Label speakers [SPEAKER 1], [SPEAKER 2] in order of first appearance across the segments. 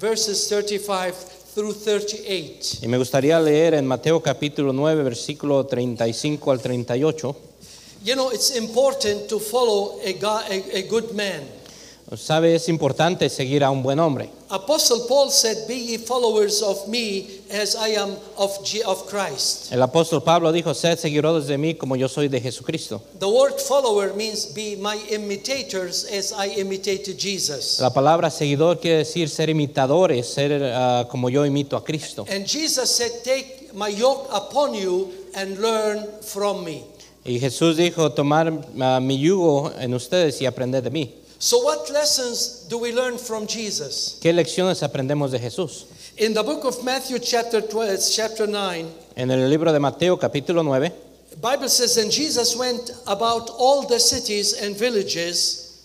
[SPEAKER 1] verses 35 through 38.
[SPEAKER 2] Y me gustaría leer en Mateo capítulo 9, versículo 35 al 38.
[SPEAKER 1] You know, it's important to follow a, go- a, a good man.
[SPEAKER 2] Sabe, es importante seguir a un buen hombre.
[SPEAKER 1] Apostle Paul said, Be ye followers of me as I am of, Je- of Christ.
[SPEAKER 2] El apóstol Pablo dijo, sed seguidores de mí como yo soy de Jesucristo.
[SPEAKER 1] The word follower means be my imitators as I imitated Jesus.
[SPEAKER 2] La palabra seguidor quiere decir ser imitadores, ser ah, como yo imito a Cristo.
[SPEAKER 1] And Jesus said, Take my yoke upon you and learn from me.
[SPEAKER 2] Y Jesús dijo, tomar ah, mi yugo en ustedes y aprended de mí.
[SPEAKER 1] So, what lessons do we learn from Jesus?
[SPEAKER 2] ¿Qué lecciones aprendemos de Jesús?
[SPEAKER 1] In the book of Matthew, chapter 12, chapter 9,
[SPEAKER 2] En el libro de Mateo capítulo 9,
[SPEAKER 1] the Bible says, And Jesus went about all the cities and villages,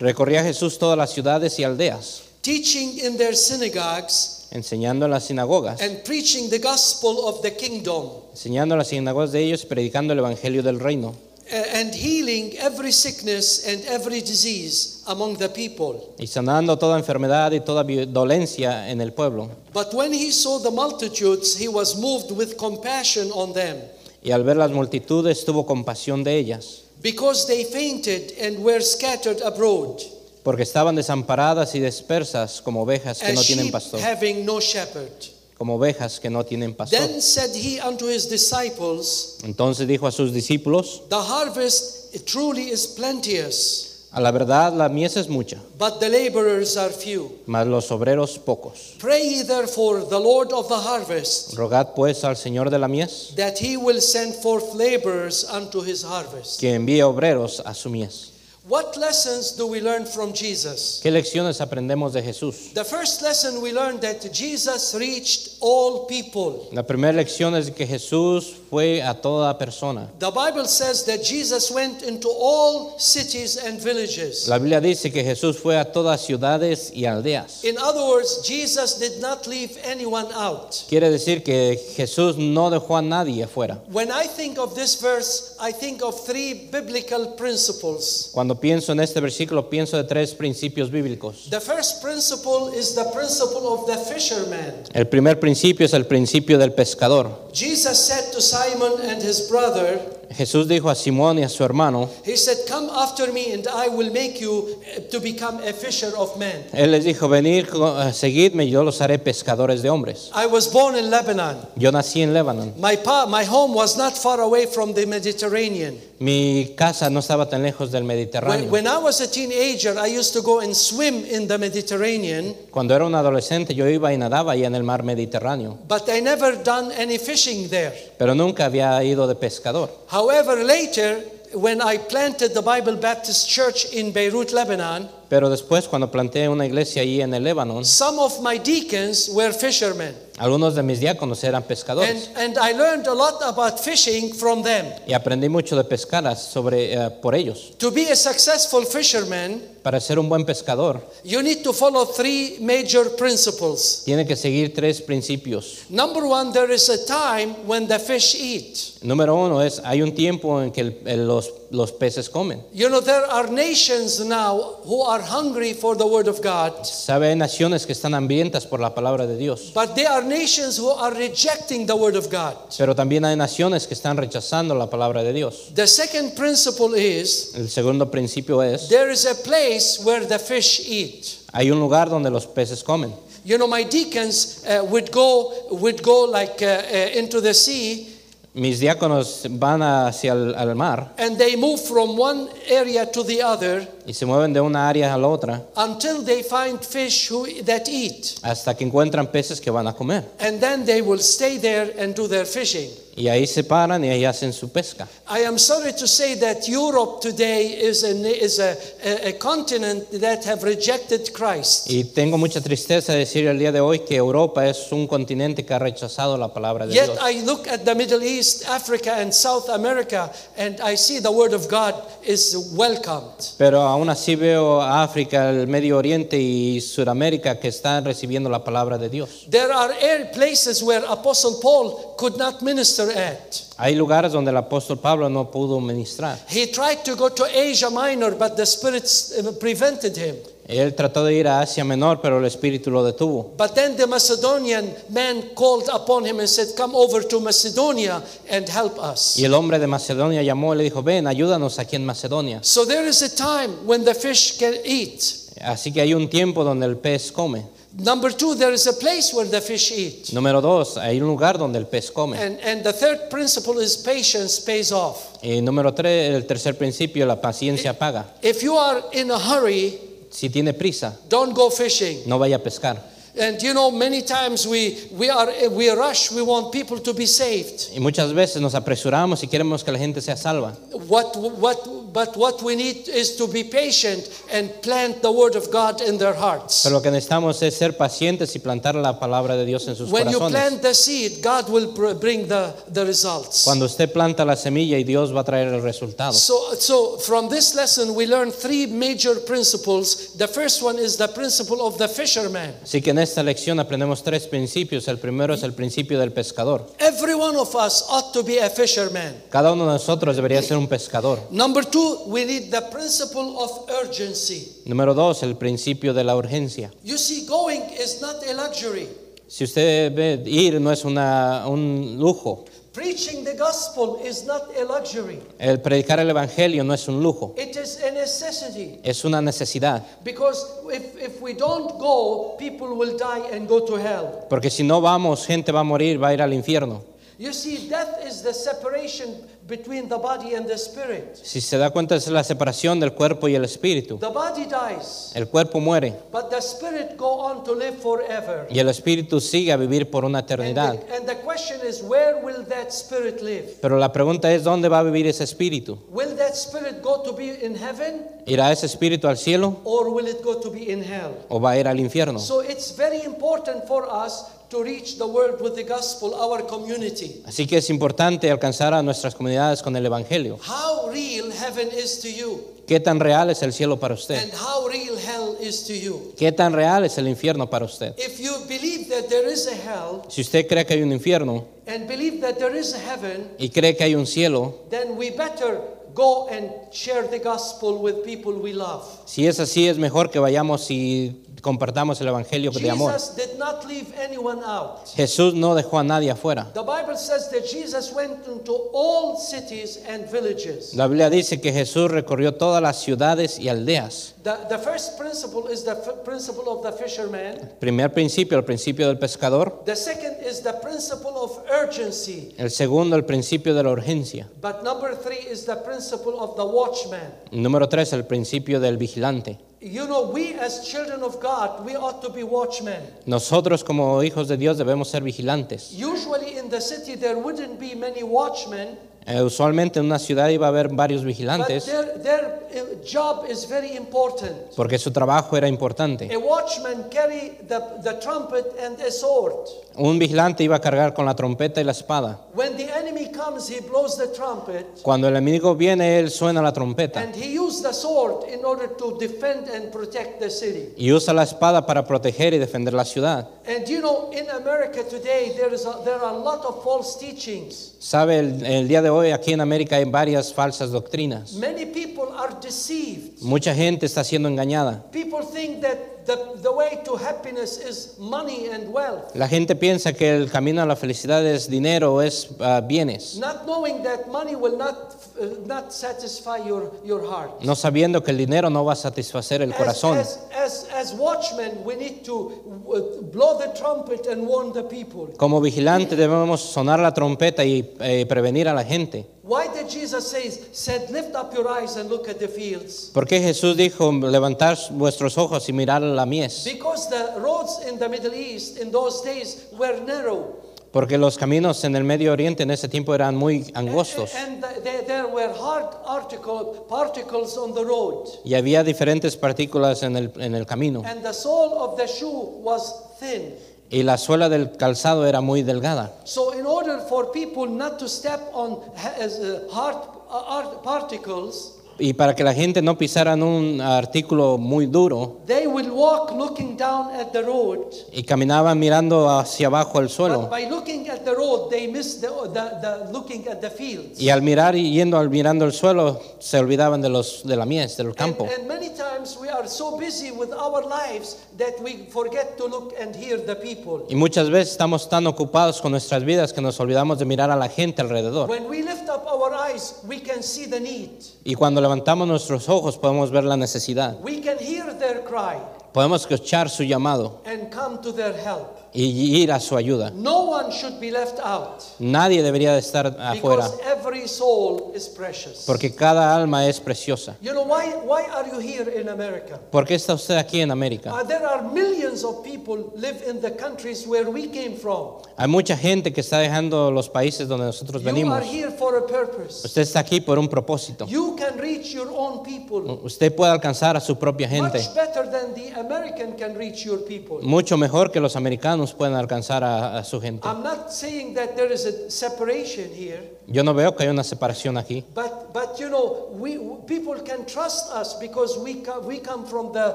[SPEAKER 2] recorría Jesús todas las ciudades y aldeas,
[SPEAKER 1] teaching in their synagogues
[SPEAKER 2] enseñando en las sinagogas,
[SPEAKER 1] and preaching the gospel of the kingdom,
[SPEAKER 2] enseñando en las sinagogas de ellos, predicando el Evangelio del Reino,
[SPEAKER 1] a- and healing every sickness and every disease among the people.
[SPEAKER 2] y sanando toda enfermedad y toda vi- dolencia en el pueblo.
[SPEAKER 1] But when he saw the multitudes, he was moved with compassion on them,
[SPEAKER 2] Y al ver las multitudes tuvo compasión de ellas,
[SPEAKER 1] because they fainted and were scattered abroad.
[SPEAKER 2] porque estaban desamparadas y dispersas como ovejas que
[SPEAKER 1] as
[SPEAKER 2] no tienen
[SPEAKER 1] sheep
[SPEAKER 2] pastor,
[SPEAKER 1] having no shepherd.
[SPEAKER 2] como ovejas que no tienen pastor.
[SPEAKER 1] Then said he unto his disciples,
[SPEAKER 2] Entonces dijo a sus discípulos,
[SPEAKER 1] The harvest truly is plenteous,
[SPEAKER 2] a la verdad la mies es mucha,
[SPEAKER 1] but the laborers are few.
[SPEAKER 2] mas los obreros pocos.
[SPEAKER 1] Pray ye therefore the Lord of the harvest
[SPEAKER 2] Rogad pues al Señor de la mies
[SPEAKER 1] that he will send forth laborers unto his harvest.
[SPEAKER 2] que envíe obreros a su mies.
[SPEAKER 1] What lessons do we learn from Jesus?
[SPEAKER 2] ¿Qué lecciones aprendemos de Jesús?
[SPEAKER 1] The first lesson we learned that Jesus reached all people.
[SPEAKER 2] La primera lección es que Jesús fue a toda persona.
[SPEAKER 1] The Bible says that Jesus went into all cities and villages.
[SPEAKER 2] La Biblia dice que Jesús fue a todas ciudades y aldeas.
[SPEAKER 1] In other words, Jesus did not leave anyone out.
[SPEAKER 2] Quiere decir que Jesús no dejó a nadie afuera.
[SPEAKER 1] When I think of this verse, I think of three biblical principles.
[SPEAKER 2] Cuando pienso en este versículo, pienso de tres principios bíblicos.
[SPEAKER 1] The first principle is the principle of the fisherman.
[SPEAKER 2] El primer principio es el principio del pescador.
[SPEAKER 1] Jesus said to Simon and his brother,
[SPEAKER 2] Jesús dijo a Simón y a su hermano,
[SPEAKER 1] He said, Come after me, and I will make you uh, to become a fisher of men.
[SPEAKER 2] él les dijo, venid, co- eh, seguidme, y yo los haré pescadores de hombres.
[SPEAKER 1] I was born in Lebanon.
[SPEAKER 2] Yo nací en Líbano.
[SPEAKER 1] My, pa- my home was not far away from the Mediterranean.
[SPEAKER 2] Mi casa no estaba tan lejos del
[SPEAKER 1] When,
[SPEAKER 2] Mediterráneo.
[SPEAKER 1] when I was a teenager, I used to go and swim in the Mediterranean.
[SPEAKER 2] Cuando era un adolescente yo iba y nadaba allá en el mar Mediterráneo,
[SPEAKER 1] But I never done any fishing there.
[SPEAKER 2] pero nunca había ido de pescador.
[SPEAKER 1] However, later, when I planted the Bible Baptist Church in Beirut, Lebanon,
[SPEAKER 2] Pero después cuando planté una iglesia allí en el Líbano,
[SPEAKER 1] some of my deacons were fishermen.
[SPEAKER 2] algunos de mis diáconos eran pescadores
[SPEAKER 1] And, and I learned a lot about fishing from them.
[SPEAKER 2] y aprendí mucho de pescar sobre, eh, por ellos.
[SPEAKER 1] To be a successful fisherman,
[SPEAKER 2] Para ser un buen pescador
[SPEAKER 1] you need to follow three major principles.
[SPEAKER 2] tiene que seguir tres principios.
[SPEAKER 1] Number one, there is a time when the fish eat.
[SPEAKER 2] Número uno es, hay un tiempo en que el- el- los, los peces comen.
[SPEAKER 1] You know, there are nations now who are hungry for the Word of God,
[SPEAKER 2] Sabe, hay naciones que están hambrientas por la palabra de Dios,
[SPEAKER 1] but there are nations who are rejecting the Word of God.
[SPEAKER 2] pero también hay naciones que están rechazando la palabra de Dios.
[SPEAKER 1] The second principle is
[SPEAKER 2] El segundo principio es,
[SPEAKER 1] there is a place where the fish eat.
[SPEAKER 2] hay un lugar donde los peces comen.
[SPEAKER 1] You know, my deacons uh, would go would go like uh, uh, into the sea,
[SPEAKER 2] Mis diáconos van hacia el al mar
[SPEAKER 1] and they move from one area to the other
[SPEAKER 2] y se mueven de una área a la otra
[SPEAKER 1] until they find fish who that eat,
[SPEAKER 2] hasta que encuentran peces que van a comer.
[SPEAKER 1] and then they will stay there and do their fishing.
[SPEAKER 2] Y ahí se paran y ahí hacen su pesca.
[SPEAKER 1] I am sorry to say that Europe today is a na- is a, a, a continent that have rejected Christ.
[SPEAKER 2] Y tengo mucha tristeza de decir el día de hoy que Europa es un continente que ha rechazado la palabra de
[SPEAKER 1] Yet
[SPEAKER 2] Dios.
[SPEAKER 1] I look at the Middle East, Africa, and South America, and I see the Word of God is welcomed.
[SPEAKER 2] Pero aún así veo a África, el Medio Oriente y Sudamérica que están recibiendo la palabra de Dios.
[SPEAKER 1] There are air places where Apostle Paul could not minister at.
[SPEAKER 2] Hay lugares donde el apóstol Pablo no pudo ministrar.
[SPEAKER 1] He tried to go to Asia Minor, but the Spirit uh, prevented him.
[SPEAKER 2] Él trató de ir a Asia Menor, pero el espíritu lo detuvo.
[SPEAKER 1] But then the Macedonian man called upon him and said, Come over to Macedonia and help us.
[SPEAKER 2] Y el hombre de Macedonia llamó y le dijo, ven, ayúdanos aquí en Macedonia.
[SPEAKER 1] So there is a time when the fish can eat.
[SPEAKER 2] Así que hay un tiempo donde el pez come.
[SPEAKER 1] Number two, there is a place where the fish eat.
[SPEAKER 2] Número dos, hay un lugar donde el pez come.
[SPEAKER 1] And, and the third principle is patience pays off.
[SPEAKER 2] Y Eh, número tres, el tercer principio, la
[SPEAKER 1] Eh.
[SPEAKER 2] paciencia paga.
[SPEAKER 1] If you are in a hurry,
[SPEAKER 2] Si tiene prisa,
[SPEAKER 1] don't go fishing.
[SPEAKER 2] no vaya a pescar.
[SPEAKER 1] And you know, many times we, we, are, we rush, we want people to be saved.
[SPEAKER 2] Y muchas veces nos apresuramos y queremos que la gente sea salva.
[SPEAKER 1] What, what, but what we need is to be patient and plant the word of God in their hearts.
[SPEAKER 2] Pero lo que necesitamos es ser pacientes y plantar la palabra de Dios en sus
[SPEAKER 1] When you
[SPEAKER 2] corazones.
[SPEAKER 1] plant the seed, God will pr- bring the, the results.
[SPEAKER 2] Cuando usted planta la semilla y Dios va a traer el resultado.
[SPEAKER 1] So, so from this lesson, we learn three major principles. The first one is the principle of the fisherman.
[SPEAKER 2] Así que en esta lección aprendemos tres principios. El primero es el principio del pescador.
[SPEAKER 1] Every one of us ought to be a fisherman.
[SPEAKER 2] Cada uno de nosotros debería ser un pescador.
[SPEAKER 1] Number two, we need the principle of urgency.
[SPEAKER 2] Número dos, el principio de la urgencia.
[SPEAKER 1] You see, going is not a luxury.
[SPEAKER 2] Si usted ve ir no es una- un lujo.
[SPEAKER 1] Preaching the gospel is not a luxury.
[SPEAKER 2] El predicar el evangelio no es un lujo.
[SPEAKER 1] It is a necessity.
[SPEAKER 2] Es una necesidad.
[SPEAKER 1] Because if, if we don't go, people will die and go to hell.
[SPEAKER 2] Porque si no vamos, gente va a morir, va a ir al infierno.
[SPEAKER 1] You see, death is the separation between the body and the spirit.
[SPEAKER 2] Si se da cuenta es la separación del cuerpo y el espíritu.
[SPEAKER 1] The body dies,
[SPEAKER 2] El cuerpo muere
[SPEAKER 1] but the spirit go on to live forever.
[SPEAKER 2] y el espíritu sigue a vivir por una
[SPEAKER 1] And the,
[SPEAKER 2] eternidad.
[SPEAKER 1] and the question is, where will that spirit live?
[SPEAKER 2] Pero la pregunta es, ¿dónde va a vivir ese espíritu?
[SPEAKER 1] Will that spirit go to be in heaven
[SPEAKER 2] ¿Irá ese espíritu al cielo
[SPEAKER 1] or will it go to be in hell?
[SPEAKER 2] o va a ir al infierno?
[SPEAKER 1] So it's very important for us to reach the world with the gospel, our community.
[SPEAKER 2] Así que es importante alcanzar a nuestras comunidades con el Evangelio.
[SPEAKER 1] How real heaven is to you
[SPEAKER 2] ¿Qué tan real es el cielo para usted?
[SPEAKER 1] and how real hell is to you.
[SPEAKER 2] ¿Qué tan real es el infierno para usted?
[SPEAKER 1] If you believe that there is a hell
[SPEAKER 2] Si usted cree que hay un infierno
[SPEAKER 1] and believe that there is a heaven,
[SPEAKER 2] y cree que hay un cielo,
[SPEAKER 1] then we better go and share the gospel with people we love.
[SPEAKER 2] si es así es mejor que vayamos y compartamos el Evangelio de amor.
[SPEAKER 1] Jesus did not leave anyone out.
[SPEAKER 2] Jesús no dejó a nadie afuera.
[SPEAKER 1] The Bible says that Jesus went into all cities and villages.
[SPEAKER 2] La Biblia dice que Jesús recorrió todas las ciudades y aldeas.
[SPEAKER 1] The, the first principle is the f- principle of the fisherman.
[SPEAKER 2] Primer principio, el principio del pescador.
[SPEAKER 1] The second is the principle of urgency.
[SPEAKER 2] El segundo, el principio de la urgencia.
[SPEAKER 1] But number three is the principle of the watchman.
[SPEAKER 2] Número tres, el principio del vigilante.
[SPEAKER 1] You know, we as children of God, we ought to be watchmen.
[SPEAKER 2] Nosotros como hijos de Dios debemos ser vigilantes.
[SPEAKER 1] Usually in the city, there wouldn't be many watchmen,
[SPEAKER 2] Eh, usualmente en una ciudad iba a haber varios
[SPEAKER 1] but
[SPEAKER 2] vigilantes
[SPEAKER 1] their, their uh, job is very important.
[SPEAKER 2] porque su trabajo era importante.
[SPEAKER 1] A watchman carry the, the trumpet and a sword.
[SPEAKER 2] Un vigilante iba a cargar con la trompeta y la espada.
[SPEAKER 1] When the enemy comes, he blows the trumpet
[SPEAKER 2] Cuando el enemigo viene, él suena la trompeta
[SPEAKER 1] and he used the sword in order to defend and protect the city.
[SPEAKER 2] y usa la espada para proteger y defender la ciudad.
[SPEAKER 1] And you know, in America today, there, is a, there are a lot of false teachings.
[SPEAKER 2] Sabe, el, el día de hoy aquí en América hay varias falsas doctrinas.
[SPEAKER 1] Many people are deceived.
[SPEAKER 2] Mucha gente está siendo engañada.
[SPEAKER 1] People think that the, the way to happiness is money and wealth,
[SPEAKER 2] La gente piensa que el camino a la felicidad es dinero, es ah, bienes,
[SPEAKER 1] not knowing that money will not, uh, not satisfy your, your heart.
[SPEAKER 2] no sabiendo que el dinero no va a satisfacer el
[SPEAKER 1] As,
[SPEAKER 2] corazón.
[SPEAKER 1] as, as, as watchmen, we need to uh, blow the trumpet and warn the people.
[SPEAKER 2] Como vigilante debemos sonar la trompeta y eh, prevenir a la gente.
[SPEAKER 1] Why did Jesus say, said, lift up your eyes and look at the fields?
[SPEAKER 2] Porque Jesús dijo, levantar vuestros ojos y mirar la mies,
[SPEAKER 1] Because the roads in the Middle East in those days were narrow.
[SPEAKER 2] porque los caminos en el Medio Oriente en ese tiempo eran muy angostos
[SPEAKER 1] And, and there- there were hard article, particles on the road.
[SPEAKER 2] y había diferentes partículas en el, en el camino
[SPEAKER 1] And the sole of the shoe was thin.
[SPEAKER 2] y la suela del calzado era muy delgada.
[SPEAKER 1] So, in order for people not to step on ha- as, uh, hard uh, art- particles,
[SPEAKER 2] y para que la gente no pisaran un artículo muy duro
[SPEAKER 1] They will walk looking down at the road,
[SPEAKER 2] y caminaban mirando hacia abajo al
[SPEAKER 1] but
[SPEAKER 2] suelo
[SPEAKER 1] by looking at the road, they miss the, the, the looking at the fields.
[SPEAKER 2] y al mirar y yendo al mirando al suelo se olvidaban de los de la mies, del
[SPEAKER 1] And,
[SPEAKER 2] campo.
[SPEAKER 1] and many times we are so busy with our lives that we forget to look and hear the people.
[SPEAKER 2] Y muchas veces estamos tan ocupados con nuestras vidas que nos olvidamos de mirar a la gente alrededor.
[SPEAKER 1] When we lift up our eyes, we can see the need.
[SPEAKER 2] Y cuando levantamos nuestros ojos podemos ver la necesidad,
[SPEAKER 1] We can hear their cry
[SPEAKER 2] podemos escuchar su llamado
[SPEAKER 1] and come to their help.
[SPEAKER 2] y ir a su ayuda.
[SPEAKER 1] No one should be left out
[SPEAKER 2] Nadie debería de estar afuera
[SPEAKER 1] because every soul is precious.
[SPEAKER 2] porque cada alma es preciosa.
[SPEAKER 1] You know why why are you here in America?
[SPEAKER 2] ¿Por qué está usted aquí en América?
[SPEAKER 1] Uh, there are millions of people live in the countries where we came from.
[SPEAKER 2] Hay mucha gente que está dejando los países donde nosotros
[SPEAKER 1] You are
[SPEAKER 2] venimos.
[SPEAKER 1] here for a purpose.
[SPEAKER 2] Usted está aquí por un propósito.
[SPEAKER 1] You can reach your own people
[SPEAKER 2] Usted puede alcanzar a su propia Mm, gente. Mm.
[SPEAKER 1] much better than the American can reach your people.
[SPEAKER 2] Mucho mejor que los americanos pueden alcanzar a, a su gente.
[SPEAKER 1] I'm not saying that there is a separation here,
[SPEAKER 2] Yo no veo que haya una separación aquí.
[SPEAKER 1] but but you know we people can trust us because we come, we come from the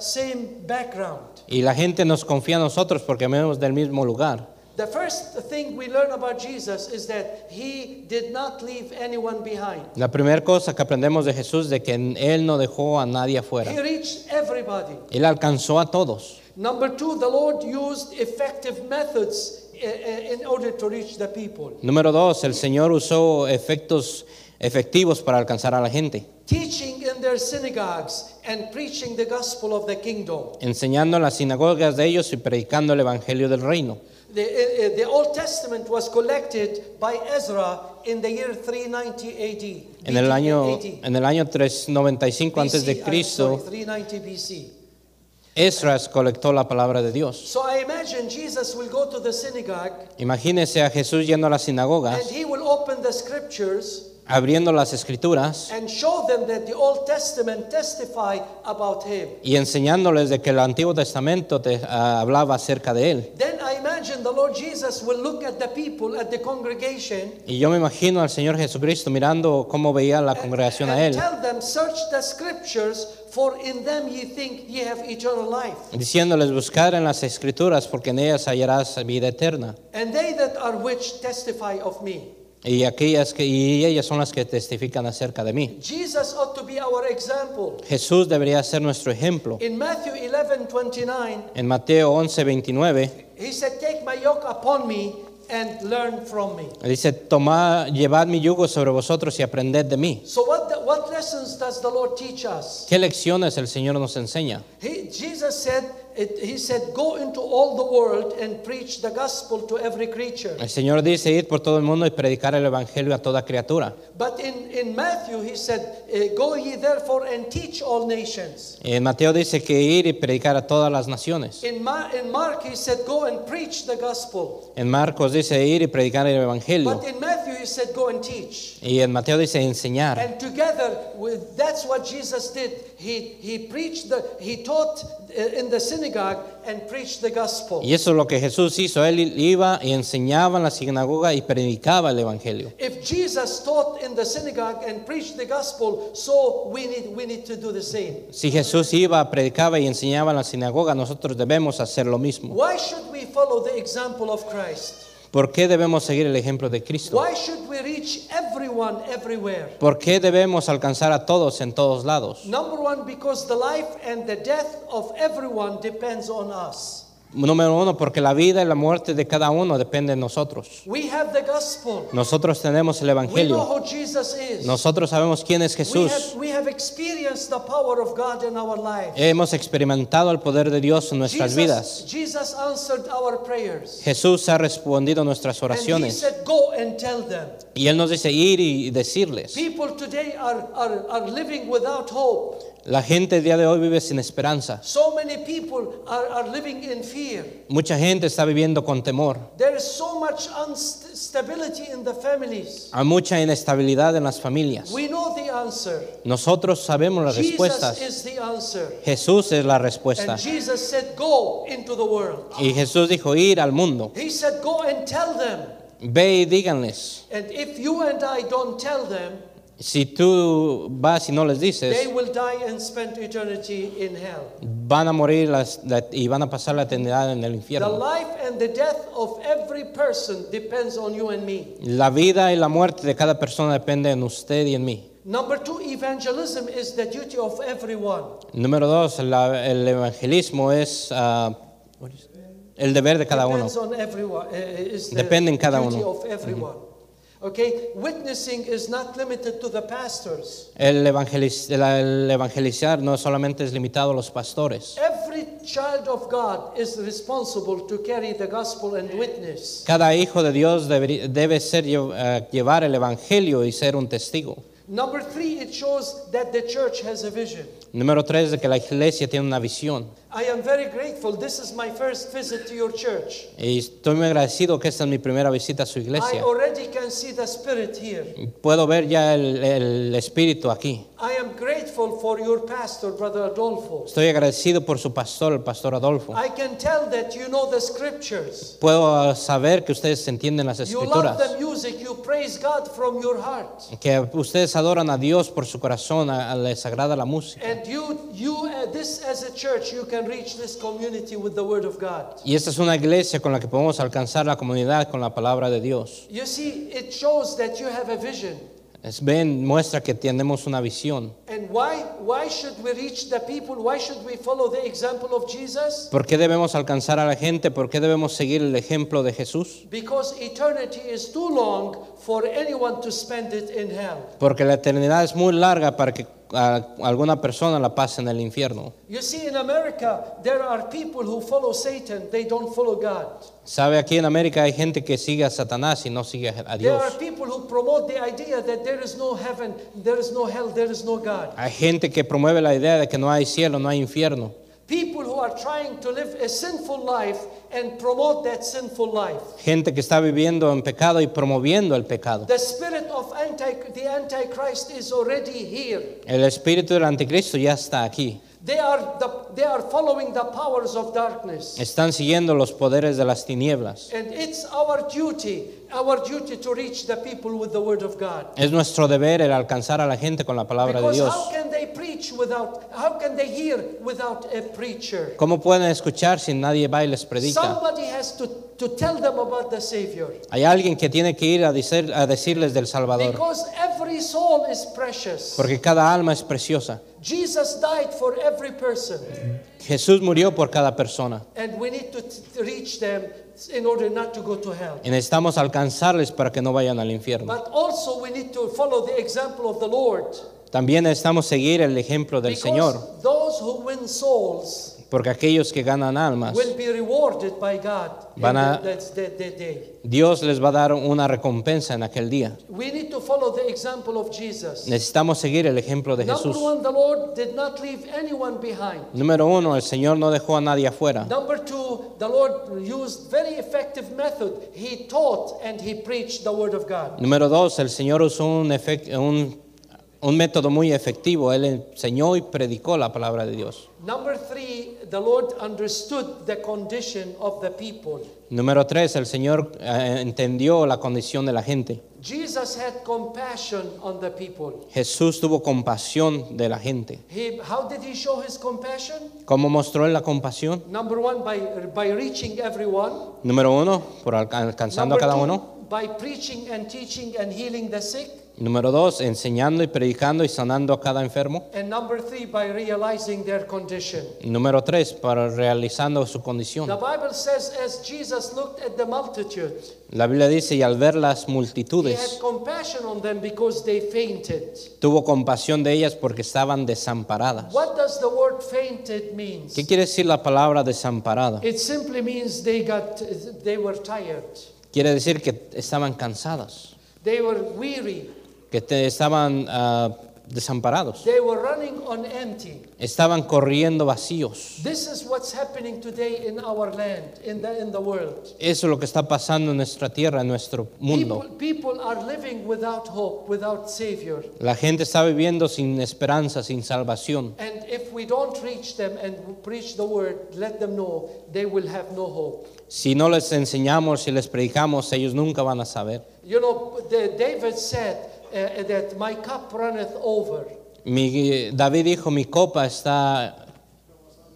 [SPEAKER 1] same background.
[SPEAKER 2] Y la gente nos confía a nosotros porque venimos del mismo lugar.
[SPEAKER 1] The first thing we learn about Jesus is that he did not leave anyone behind.
[SPEAKER 2] La primera cosa que aprendemos de Jesús de que Él no dejó a nadie afuera.
[SPEAKER 1] He reached everybody.
[SPEAKER 2] Él alcanzó a todos.
[SPEAKER 1] Number two, the Lord used effective methods i- i- in order to reach the people.
[SPEAKER 2] Número dos, el Señor usó efectos efectivos para alcanzar a la gente.
[SPEAKER 1] Teaching in their synagogues and preaching the gospel of the kingdom.
[SPEAKER 2] enseñando en las sinagogas de ellos y predicando el evangelio del reino.
[SPEAKER 1] The, i- i- the Old Testament was collected by Ezra in the year 390 AD.
[SPEAKER 2] En el año
[SPEAKER 1] 390
[SPEAKER 2] en el año 395 antes de
[SPEAKER 1] BC, I'm sorry,
[SPEAKER 2] Cristo,
[SPEAKER 1] 390 BC.
[SPEAKER 2] Esdras colectó la palabra de Dios.
[SPEAKER 1] So I imagine Jesus will go to the synagogue
[SPEAKER 2] Imagínese a Jesús yendo a las
[SPEAKER 1] and
[SPEAKER 2] sinagogas,
[SPEAKER 1] he will open the scriptures
[SPEAKER 2] abriendo las escrituras
[SPEAKER 1] and show them that the Old Testament testify about him.
[SPEAKER 2] y enseñándoles de que el Antiguo Testamento te- ah, hablaba acerca de él.
[SPEAKER 1] Then I imagine the Lord Jesus will look at the people at the congregation
[SPEAKER 2] Y yo me imagino al Señor Jesucristo mirando cómo veía la congregación a
[SPEAKER 1] and
[SPEAKER 2] él,
[SPEAKER 1] tell them, Search the scriptures, for in them ye think ye have eternal life.
[SPEAKER 2] diciéndoles buscar en las escrituras porque en ellas hallarás vida eterna.
[SPEAKER 1] And they that are which testify of me.
[SPEAKER 2] Y aquellas que y ellas son las que testifican acerca de mí.
[SPEAKER 1] Jesus ought to be our example.
[SPEAKER 2] Jesús debería ser nuestro ejemplo.
[SPEAKER 1] In Matthew 11 29,
[SPEAKER 2] En Mateo 11, 29,
[SPEAKER 1] he said, Take my yoke upon me and learn from me.
[SPEAKER 2] dice, tomad, llevad mi yugo sobre vosotros y aprended de mí.
[SPEAKER 1] So, what, the- what lessons does the Lord teach us?
[SPEAKER 2] ¿Qué lecciones el Señor nos enseña?
[SPEAKER 1] He, Jesus said, it, He said, Go into all the world and preach the gospel to every creature.
[SPEAKER 2] El Señor dice, ir por todo el mundo y predicar el Evangelio a toda criatura.
[SPEAKER 1] But in, in Matthew, He said, eh, Go ye therefore and teach all nations.
[SPEAKER 2] En Mateo dice que ir y predicar a todas las naciones.
[SPEAKER 1] In, Ma- in Mark, He said, Go and preach the gospel.
[SPEAKER 2] En Marcos dice ir y predicar el Evangelio.
[SPEAKER 1] But in Matthew, He said, Go and teach.
[SPEAKER 2] Y en Mateo dice enseñar.
[SPEAKER 1] And together, with, that's what Jesus did. He, he preached, the, he taught eh, in the synagogue and preached the gospel.
[SPEAKER 2] Y eso es lo que Jesús hizo. Él iba y enseñaba en la sinagoga y predicaba el Evangelio.
[SPEAKER 1] If Jesus taught in the synagogue and preached the gospel, so we need, we need to do the same.
[SPEAKER 2] Si Jesús iba, predicaba y enseñaba en la sinagoga, nosotros debemos hacer lo mismo.
[SPEAKER 1] Why should we follow the example of Christ?
[SPEAKER 2] ¿Por qué debemos seguir el ejemplo de Cristo?
[SPEAKER 1] Why should we reach everyone everywhere?
[SPEAKER 2] ¿Por qué debemos alcanzar a todos en todos lados?
[SPEAKER 1] Number one, because the life and the death of everyone depends on us.
[SPEAKER 2] Número uno, porque la vida y la muerte de cada uno depende de nosotros.
[SPEAKER 1] We have the gospel.
[SPEAKER 2] Nosotros tenemos el
[SPEAKER 1] We know
[SPEAKER 2] Evangelio.
[SPEAKER 1] who Jesus is.
[SPEAKER 2] Nosotros sabemos quién es
[SPEAKER 1] We have,
[SPEAKER 2] Jesús.
[SPEAKER 1] we have experienced the power of God in our life.
[SPEAKER 2] Hemos experimentado el poder de Dios en nuestras
[SPEAKER 1] Jesus,
[SPEAKER 2] vidas.
[SPEAKER 1] Jesus answered our prayers.
[SPEAKER 2] Jesús ha respondido nuestras
[SPEAKER 1] And he
[SPEAKER 2] oraciones.
[SPEAKER 1] said, Go and tell them.
[SPEAKER 2] Y Él nos dice ir y decirles.
[SPEAKER 1] People today are, are, are living without hope.
[SPEAKER 2] La gente el día de hoy vive sin esperanza.
[SPEAKER 1] So many people are, are living in fear.
[SPEAKER 2] Mucha gente está viviendo con temor.
[SPEAKER 1] There is so much instability in the families.
[SPEAKER 2] Hay mucha inestabilidad en las familias.
[SPEAKER 1] We know the answer.
[SPEAKER 2] Nosotros sabemos las
[SPEAKER 1] Jesus
[SPEAKER 2] respuestas.
[SPEAKER 1] is the answer.
[SPEAKER 2] Jesús es la
[SPEAKER 1] And
[SPEAKER 2] respuesta.
[SPEAKER 1] Jesus said, Go into the world.
[SPEAKER 2] Y Jesús dijo, ir al mundo.
[SPEAKER 1] He said, Go and tell them.
[SPEAKER 2] Ve y díganles.
[SPEAKER 1] And if you and I don't tell them,
[SPEAKER 2] Si tú vas y no les
[SPEAKER 1] They
[SPEAKER 2] dices,
[SPEAKER 1] will die and spend eternity in hell.
[SPEAKER 2] van a morir las- la- y van a pasar la eternidad en el
[SPEAKER 1] The
[SPEAKER 2] infierno.
[SPEAKER 1] life and the death of every person depends on you and me.
[SPEAKER 2] La vida y la muerte de cada persona depende en usted y en mí.
[SPEAKER 1] Number two, evangelism is the duty of everyone.
[SPEAKER 2] Número dos, la- el evangelismo es ah, what is it? el deber de cada uno.
[SPEAKER 1] Depends on everyone. eh, eh, is the
[SPEAKER 2] Depende en cada
[SPEAKER 1] duty
[SPEAKER 2] uno.
[SPEAKER 1] of everyone. Okay, witnessing is not limited to the pastors.
[SPEAKER 2] El, evangeliz- el- el evangelizar no solamente es limitado a los pastores.
[SPEAKER 1] Every child of God is responsible to carry the gospel and witness.
[SPEAKER 2] Cada hijo de Dios deberi- debe ser, lle- eh, llevar el evangelio y ser un testigo.
[SPEAKER 1] Number three, it shows that the church has a vision.
[SPEAKER 2] Número tres, de que la iglesia tiene una visión.
[SPEAKER 1] I am very grateful. This is my first visit to your church.
[SPEAKER 2] Y estoy muy agradecido que esta es mi primera visita a su
[SPEAKER 1] I
[SPEAKER 2] iglesia.
[SPEAKER 1] already can see the spirit here.
[SPEAKER 2] Puedo ver ya el, el espíritu aquí.
[SPEAKER 1] I am grateful for your pastor, Brother Adolfo.
[SPEAKER 2] Estoy agradecido por su pastor, el pastor Adolfo.
[SPEAKER 1] I can tell that you know the scriptures.
[SPEAKER 2] Puedo saber que ustedes entienden las
[SPEAKER 1] You love the
[SPEAKER 2] escrituras,
[SPEAKER 1] music. You praise God from your heart.
[SPEAKER 2] que ustedes adoran a Dios por su corazón, a- a- les agrada la música.
[SPEAKER 1] And you, you, uh, this as a church, you can reach this community with the word of God.
[SPEAKER 2] Y esta es una iglesia con la que podemos alcanzar la comunidad con la palabra de Dios.
[SPEAKER 1] You see, it shows that you have a vision.
[SPEAKER 2] Es, ven, muestra que tenemos una visión.
[SPEAKER 1] And why, why should we reach the people? Why should we follow the example of Jesus?
[SPEAKER 2] ¿Por qué debemos alcanzar a la gente? ¿Por qué debemos seguir el ejemplo de Jesús?
[SPEAKER 1] Because eternity is too long for anyone to spend it in hell.
[SPEAKER 2] Porque la eternidad es muy larga para que ah, alguna persona la pase en el infierno.
[SPEAKER 1] You see, in America, there are people who follow Satan, they don't follow God.
[SPEAKER 2] Sabe, aquí en América hay gente que sigue a Satanás y no sigue a
[SPEAKER 1] There
[SPEAKER 2] Dios.
[SPEAKER 1] are people who promote the idea that there is no heaven, there is no hell, there is no God.
[SPEAKER 2] Hay gente que promueve la idea de que no hay cielo, no hay infierno.
[SPEAKER 1] People who are trying to live a sinful life and promote that sinful life.
[SPEAKER 2] Gente que está viviendo en pecado y promoviendo el pecado.
[SPEAKER 1] The spirit of anti, the Antichrist is already here.
[SPEAKER 2] El espíritu del anticristo ya está aquí.
[SPEAKER 1] They are, the, they are following the powers of darkness.
[SPEAKER 2] Están siguiendo los poderes de las tinieblas.
[SPEAKER 1] And it's our duty, our duty to reach the people with the word of God.
[SPEAKER 2] Es nuestro deber el alcanzar a la gente con la palabra de
[SPEAKER 1] Because
[SPEAKER 2] Dios.
[SPEAKER 1] how can they preach without, how can they hear without a preacher?
[SPEAKER 2] ¿Cómo pueden escuchar si nadie va y les predica?
[SPEAKER 1] Somebody has to, to tell them about the Savior.
[SPEAKER 2] Hay alguien que tiene que ir a, dicer- a decirles del Salvador,
[SPEAKER 1] Because every soul is precious.
[SPEAKER 2] porque cada alma es preciosa.
[SPEAKER 1] Jesus died for every person.
[SPEAKER 2] Jesús murió por cada persona
[SPEAKER 1] And we need to t- reach them in order not to go to hell.
[SPEAKER 2] y necesitamos alcanzarles para que no vayan al infierno.
[SPEAKER 1] But also we need to follow the example of the Lord.
[SPEAKER 2] También necesitamos seguir el ejemplo del
[SPEAKER 1] Because
[SPEAKER 2] Señor,
[SPEAKER 1] those who win souls
[SPEAKER 2] porque aquellos que ganan almas,
[SPEAKER 1] will be rewarded by God in
[SPEAKER 2] Van a-
[SPEAKER 1] the- that's the- the day.
[SPEAKER 2] Dios les va a dar una recompensa en aquel día.
[SPEAKER 1] We need to follow the example of Jesus.
[SPEAKER 2] Necesitamos seguir el ejemplo de
[SPEAKER 1] Number
[SPEAKER 2] Jesús.
[SPEAKER 1] one, the Lord did not leave anyone behind.
[SPEAKER 2] Número uno, el Señor no dejó a nadie afuera.
[SPEAKER 1] Number two, the Lord used very effective method. He taught and he preached the word of God.
[SPEAKER 2] Número dos, el Señor usó un, efec- un- un método muy efectivo. Él enseñó y predicó la palabra de Dios.
[SPEAKER 1] Number three, the Lord understood the condition of the people.
[SPEAKER 2] Número tres, el Señor eh, entendió la condición de la gente.
[SPEAKER 1] Jesus had compassion on the people.
[SPEAKER 2] Jesús tuvo compasión de la gente.
[SPEAKER 1] He, how did he show his compassion?
[SPEAKER 2] ¿Cómo mostró él la compasión?
[SPEAKER 1] Number one, by, by reaching everyone.
[SPEAKER 2] Número uno, por alca- alcanzando a
[SPEAKER 1] Number
[SPEAKER 2] cada
[SPEAKER 1] two,
[SPEAKER 2] uno.
[SPEAKER 1] by preaching and teaching and healing the sick.
[SPEAKER 2] Número dos, enseñando y predicando y sanando a cada enfermo.
[SPEAKER 1] And number three, by realizing their condition.
[SPEAKER 2] Número tres, para realizando su condición.
[SPEAKER 1] The Bible says, as Jesus looked at the multitude,
[SPEAKER 2] La Biblia dice, y al ver las
[SPEAKER 1] He had
[SPEAKER 2] multitudes,
[SPEAKER 1] compassion on them because they fainted.
[SPEAKER 2] tuvo compasión de ellas porque estaban desamparadas.
[SPEAKER 1] What does the word fainted means?
[SPEAKER 2] ¿Qué quiere decir la palabra desamparada?
[SPEAKER 1] It simply means they got they were tired.
[SPEAKER 2] Quiere decir que estaban cansadas,
[SPEAKER 1] They were weary.
[SPEAKER 2] que te- estaban ah, desamparados,
[SPEAKER 1] They were running on empty.
[SPEAKER 2] estaban corriendo vacíos.
[SPEAKER 1] This is what's happening today in our land, in the in the world.
[SPEAKER 2] Eso es lo que está pasando en nuestra tierra, en nuestro
[SPEAKER 1] People,
[SPEAKER 2] mundo.
[SPEAKER 1] people are living without hope, without savior.
[SPEAKER 2] La gente está viviendo sin esperanza, sin salvación.
[SPEAKER 1] And if we don't reach them and preach the word, let them know they will have no hope.
[SPEAKER 2] Si no les enseñamos, si les predicamos, ellos nunca van a saber.
[SPEAKER 1] You know, the, David said, uh, that my cup runneth over.
[SPEAKER 2] Mi- David dijo, mi copa está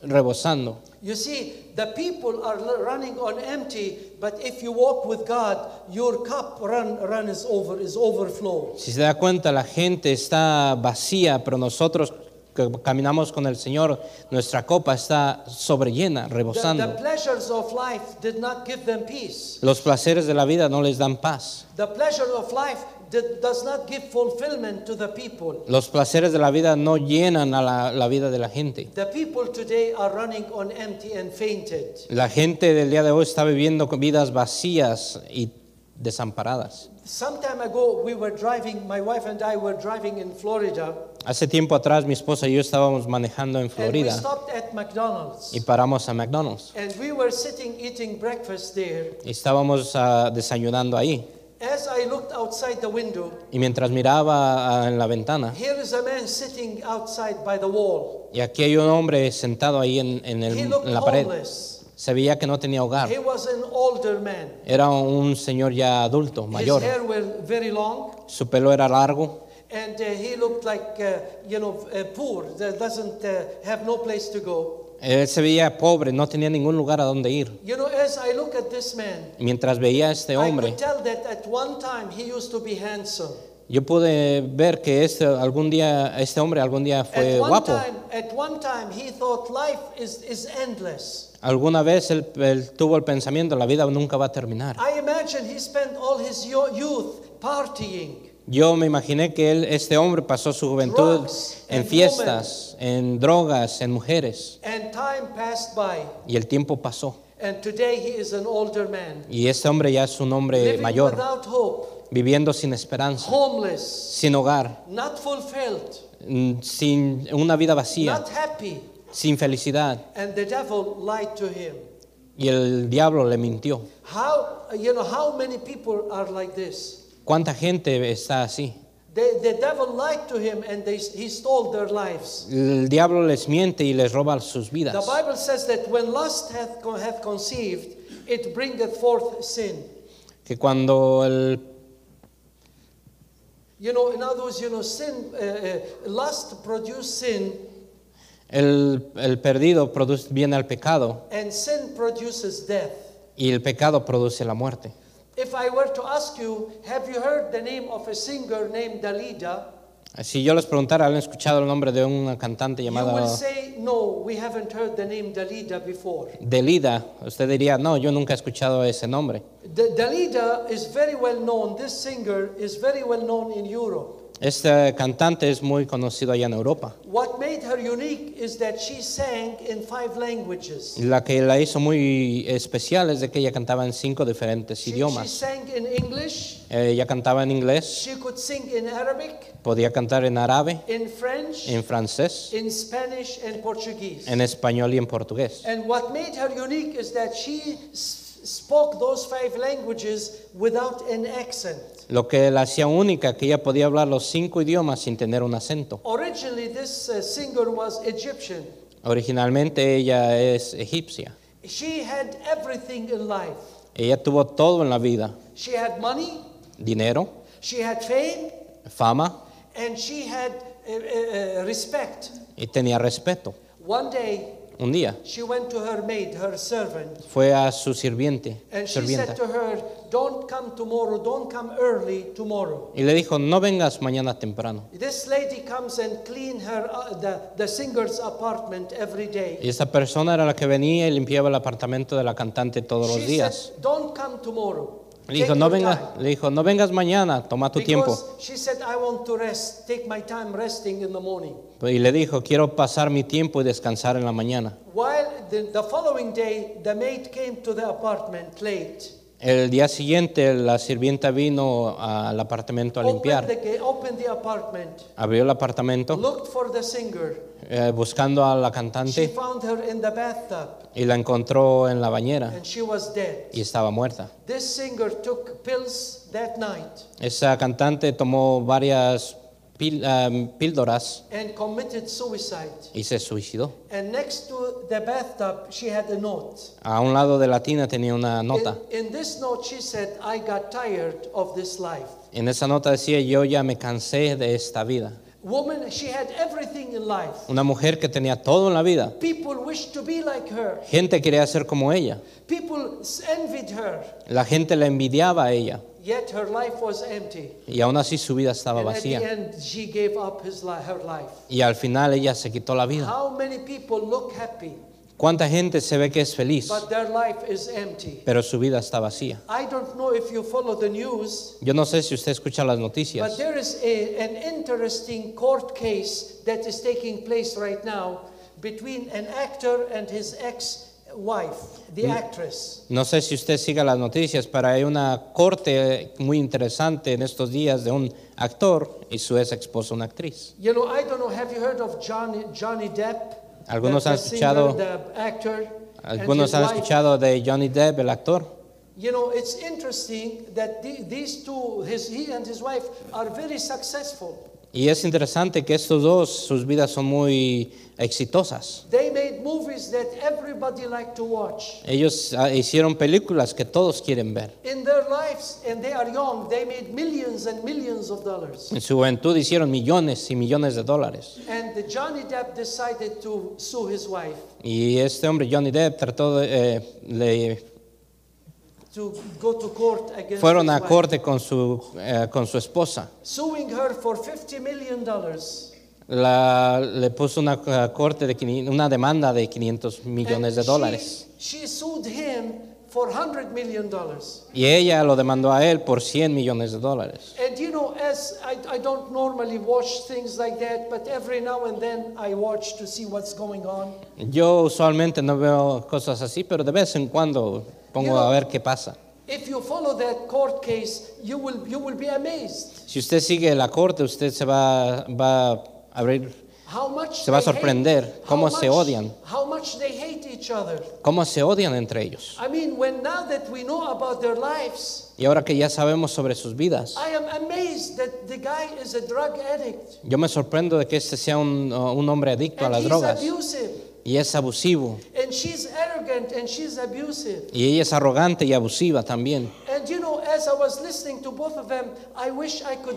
[SPEAKER 2] rebosando.
[SPEAKER 1] You see, the people are l- running on empty, but if you walk with God, your cup run, run is over, is overflow.
[SPEAKER 2] Si se da cuenta, la gente está vacía, pero nosotros que caminamos con el Señor, nuestra copa está sobrellena,
[SPEAKER 1] The, the
[SPEAKER 2] rebosando.
[SPEAKER 1] pleasures of life did not give them peace.
[SPEAKER 2] Los placeres de la vida no les dan paz.
[SPEAKER 1] The pleasure of life did, does not give fulfillment to the people.
[SPEAKER 2] Los placeres de la vida no llenan a la, la vida de la gente.
[SPEAKER 1] The people today are running on empty and fainted.
[SPEAKER 2] La gente del día de hoy está viviendo con vidas vacías y desamparadas.
[SPEAKER 1] Some time ago, we were driving, my wife and I were driving in Florida,
[SPEAKER 2] Hace tiempo atrás mi esposa y yo estábamos manejando en
[SPEAKER 1] and we
[SPEAKER 2] Florida
[SPEAKER 1] stopped at McDonald's.
[SPEAKER 2] y paramos a McDonald's.
[SPEAKER 1] And we were sitting eating breakfast there.
[SPEAKER 2] Y estábamos ah, desayunando ahí.
[SPEAKER 1] As I looked outside the window,
[SPEAKER 2] Y mientras miraba ah, en la ventana,
[SPEAKER 1] Here is a man sitting outside by the wall.
[SPEAKER 2] y aquí hay un hombre sentado ahí en, en el-
[SPEAKER 1] He looked
[SPEAKER 2] en la pared, Ah.
[SPEAKER 1] homeless.
[SPEAKER 2] se veía que no tenía hogar.
[SPEAKER 1] He was an older man.
[SPEAKER 2] Era un señor ya adulto, mayor.
[SPEAKER 1] His hair were very long,
[SPEAKER 2] Su pelo era largo
[SPEAKER 1] and uh, he looked like uh, you know uh, poor. That doesn't uh, have no place to go.
[SPEAKER 2] Él se veía pobre, no tenía ningún lugar a donde ir.
[SPEAKER 1] You know, as I look at this man,
[SPEAKER 2] Mientras veía a
[SPEAKER 1] I
[SPEAKER 2] este hombre,
[SPEAKER 1] could tell that at one time he used to be handsome.
[SPEAKER 2] yo pude ver que este, algún día, este hombre algún día fue
[SPEAKER 1] at one
[SPEAKER 2] guapo.
[SPEAKER 1] time, at one time, he thought life is is endless.
[SPEAKER 2] Alguna vez él, él tuvo el pensamiento, la vida nunca va a terminar.
[SPEAKER 1] I imagine he spent all his yo- youth partying.
[SPEAKER 2] Yo me imaginé que él, este hombre pasó su juventud
[SPEAKER 1] Drugs
[SPEAKER 2] en
[SPEAKER 1] and
[SPEAKER 2] fiestas, en drogas, en mujeres.
[SPEAKER 1] And time passed by,
[SPEAKER 2] Y el tiempo pasó.
[SPEAKER 1] and today he is an older man,
[SPEAKER 2] Y este hombre ya es un hombre
[SPEAKER 1] living
[SPEAKER 2] Eh, mayor,
[SPEAKER 1] without hope,
[SPEAKER 2] viviendo sin esperanza,
[SPEAKER 1] homeless,
[SPEAKER 2] sin hogar,
[SPEAKER 1] not fulfilled,
[SPEAKER 2] mm, sin una vida vacía,
[SPEAKER 1] not happy,
[SPEAKER 2] sin felicidad.
[SPEAKER 1] and the devil lied to him.
[SPEAKER 2] Y el diablo le mintió.
[SPEAKER 1] How you know how many people are like this?
[SPEAKER 2] ¿Cuánta gente está así?
[SPEAKER 1] They, the devil lied to him, and they, he stole their lives.
[SPEAKER 2] El diablo les miente y les roba sus
[SPEAKER 1] The
[SPEAKER 2] vidas.
[SPEAKER 1] Bible says that when lust hath, con- hath conceived, it bringeth forth sin.
[SPEAKER 2] Que cuando el
[SPEAKER 1] You know, in other words, you know, sin, uh, uh, lust produced sin,
[SPEAKER 2] El, el perdido produce, viene al pecado
[SPEAKER 1] and sin produces death.
[SPEAKER 2] y el pecado produce la muerte.
[SPEAKER 1] If I were to ask you, have you heard the name of a singer named Dalida?
[SPEAKER 2] Si yo les preguntara, ¿han escuchado el nombre de una cantante
[SPEAKER 1] You will
[SPEAKER 2] llamada
[SPEAKER 1] say, no, we haven't heard the name Dalida before.
[SPEAKER 2] Delida? Usted diría, no, yo nunca he escuchado ese nombre.
[SPEAKER 1] D- Dalida is very well known. This singer is very well known in Europe.
[SPEAKER 2] Este cantante es muy conocido allá en Europa.
[SPEAKER 1] What made her unique is that she sang in five languages.
[SPEAKER 2] La que la hizo muy especial es de que ella cantaba en cinco diferentes
[SPEAKER 1] She, she
[SPEAKER 2] idiomas.
[SPEAKER 1] sang in English,
[SPEAKER 2] Eh, Ella cantaba en inglés,
[SPEAKER 1] she could sing in Arabic,
[SPEAKER 2] podía cantar en árabe,
[SPEAKER 1] in French,
[SPEAKER 2] en francés,
[SPEAKER 1] in Spanish, and Portuguese.
[SPEAKER 2] en español y en portugués.
[SPEAKER 1] And what made her unique is that she s- spoke those five languages without an accent.
[SPEAKER 2] Lo que la hacía única, que ella podía hablar los cinco idiomas sin tener un acento.
[SPEAKER 1] Originally, this uh, singer was Egyptian.
[SPEAKER 2] Originalmente ella es egipcia.
[SPEAKER 1] She had everything in life.
[SPEAKER 2] Ella tuvo todo en la vida.
[SPEAKER 1] She had money,
[SPEAKER 2] Dinero,
[SPEAKER 1] she had fame,
[SPEAKER 2] fama
[SPEAKER 1] and she had uh, uh, uh, respect.
[SPEAKER 2] y tenía respeto.
[SPEAKER 1] One day,
[SPEAKER 2] Un día
[SPEAKER 1] she went to her maid, her servant,
[SPEAKER 2] fue a su sirviente,
[SPEAKER 1] and Eh, she
[SPEAKER 2] sirvienta,
[SPEAKER 1] said to her, Don't come tomorrow, don't come early tomorrow.
[SPEAKER 2] y le dijo, no vengas mañana temprano.
[SPEAKER 1] This lady comes and clean her uh, the, the singer's apartment every day.
[SPEAKER 2] Y esa persona era la que venía y limpiaba el apartamento de la cantante todos los
[SPEAKER 1] She
[SPEAKER 2] días.
[SPEAKER 1] said, Don't come tomorrow.
[SPEAKER 2] Le dijo,
[SPEAKER 1] Take
[SPEAKER 2] no
[SPEAKER 1] your
[SPEAKER 2] vengas,
[SPEAKER 1] time."
[SPEAKER 2] le dijo, no vengas mañana, toma tu tiempo.
[SPEAKER 1] Because she said, I want to rest. Take my time resting in the morning.
[SPEAKER 2] Y le dijo, quiero pasar mi tiempo y descansar en la mañana.
[SPEAKER 1] While the, the following day, the maid came to the apartment late.
[SPEAKER 2] El día siguiente la sirvienta vino al apartamento a
[SPEAKER 1] Opened the,
[SPEAKER 2] limpiar. Oh.
[SPEAKER 1] ga- opened the apartment.
[SPEAKER 2] Abrió el apartamento.
[SPEAKER 1] Looked for the singer.
[SPEAKER 2] eh, buscando a la
[SPEAKER 1] She
[SPEAKER 2] cantante
[SPEAKER 1] found her in the bathtub,
[SPEAKER 2] y la encontró en la bañera
[SPEAKER 1] and she was dead.
[SPEAKER 2] Ah. y estaba muerta.
[SPEAKER 1] This singer took pills that night.
[SPEAKER 2] Esa cantante tomó varias píl- ah, píldoras
[SPEAKER 1] and committed suicide.
[SPEAKER 2] y se suicidó.
[SPEAKER 1] And next to the bathtub, she had a note.
[SPEAKER 2] A un lado de la tina tenía una
[SPEAKER 1] In-
[SPEAKER 2] nota.
[SPEAKER 1] In, this note, she said, I got tired of this life.
[SPEAKER 2] En esa nota decía, yo ya me cansé de esta vida.
[SPEAKER 1] Woman, she had everything in life.
[SPEAKER 2] Una mujer que tenía todo en la vida.
[SPEAKER 1] People wished to be like her.
[SPEAKER 2] Gente quería ser como ella.
[SPEAKER 1] People s- envied her.
[SPEAKER 2] La gente la envidiaba a ella.
[SPEAKER 1] Yet her life was empty.
[SPEAKER 2] Y aún así su vida estaba
[SPEAKER 1] And at the
[SPEAKER 2] vacía.
[SPEAKER 1] end, she gave up his li- her life.
[SPEAKER 2] Y al final ella se quitó la vida.
[SPEAKER 1] How many people look happy,
[SPEAKER 2] ¿Cuánta gente se ve que es feliz,
[SPEAKER 1] but their life is empty?
[SPEAKER 2] pero su vida está vacía?
[SPEAKER 1] I don't know if you follow the news,
[SPEAKER 2] Yo no sé si usted escucha las
[SPEAKER 1] but
[SPEAKER 2] noticias,
[SPEAKER 1] there is a, an interesting court case that is taking place right now between an actor and his ex wife, the
[SPEAKER 2] Mm.
[SPEAKER 1] actress.
[SPEAKER 2] no sé si usted siga las noticias, pero hay una corte muy interesante en estos días de un actor y su ex esposa una actriz.
[SPEAKER 1] You know, I don't know, have you heard of Johnny, Johnny Depp?
[SPEAKER 2] Algunos
[SPEAKER 1] the,
[SPEAKER 2] han
[SPEAKER 1] the singer,
[SPEAKER 2] escuchado-
[SPEAKER 1] the actor. and
[SPEAKER 2] Algunos
[SPEAKER 1] his
[SPEAKER 2] han
[SPEAKER 1] wife.
[SPEAKER 2] escuchado de Johnny Depp, el actor.
[SPEAKER 1] You know, it's interesting that the- these two, his, he and his wife, are very successful.
[SPEAKER 2] Y es interesante que estos dos, sus vidas son muy exitosas.
[SPEAKER 1] They made movies that everybody liked to watch.
[SPEAKER 2] Ellos ah, hicieron películas que todos quieren ver.
[SPEAKER 1] In their lives, and they are young, they made millions and millions of dollars.
[SPEAKER 2] En su juventud hicieron millones y millones de dólares.
[SPEAKER 1] And the Johnny Depp decided to sue his wife
[SPEAKER 2] Y este hombre, Johnny Depp, trató de, eh, le-
[SPEAKER 1] to go to court against
[SPEAKER 2] fueron
[SPEAKER 1] his
[SPEAKER 2] a
[SPEAKER 1] wife,
[SPEAKER 2] corte con su, eh, con su esposa.
[SPEAKER 1] suing her for 50 million dollars.
[SPEAKER 2] La- le puso una eh, corte de quini- una demanda de 500 millones de dólares.
[SPEAKER 1] She, she sued him for 100 million dollars.
[SPEAKER 2] Y ella lo demandó a él por 100 millones de dólares.
[SPEAKER 1] And you know, as I, I don't normally watch things like that, but every now and then I watch to see what's going on.
[SPEAKER 2] Yo usualmente no veo cosas así, pero de vez en cuando pongo a ver qué pasa.
[SPEAKER 1] If you follow that court case, you will, you will be amazed
[SPEAKER 2] Si usted sigue la corte, usted se va, va a abrir
[SPEAKER 1] how much
[SPEAKER 2] Se va a
[SPEAKER 1] they hate-
[SPEAKER 2] sorprender
[SPEAKER 1] how
[SPEAKER 2] cómo se
[SPEAKER 1] much-
[SPEAKER 2] odian.
[SPEAKER 1] How much they hate each other.
[SPEAKER 2] cómo se odian entre ellos.
[SPEAKER 1] I mean, when now that we know about their lives,
[SPEAKER 2] Y ahora que ya sabemos sobre sus vidas,
[SPEAKER 1] I am amazed that the guy is a drug addict
[SPEAKER 2] Yo me sorprendo de que este sea un, uh, un hombre adicto a
[SPEAKER 1] and
[SPEAKER 2] las
[SPEAKER 1] he's
[SPEAKER 2] drogas
[SPEAKER 1] abusive,
[SPEAKER 2] y es abusivo
[SPEAKER 1] and she's arrogant and she's abusive.
[SPEAKER 2] y ella es arrogante y abusiva también.
[SPEAKER 1] And you know, as I was listening to both of them, I wish I could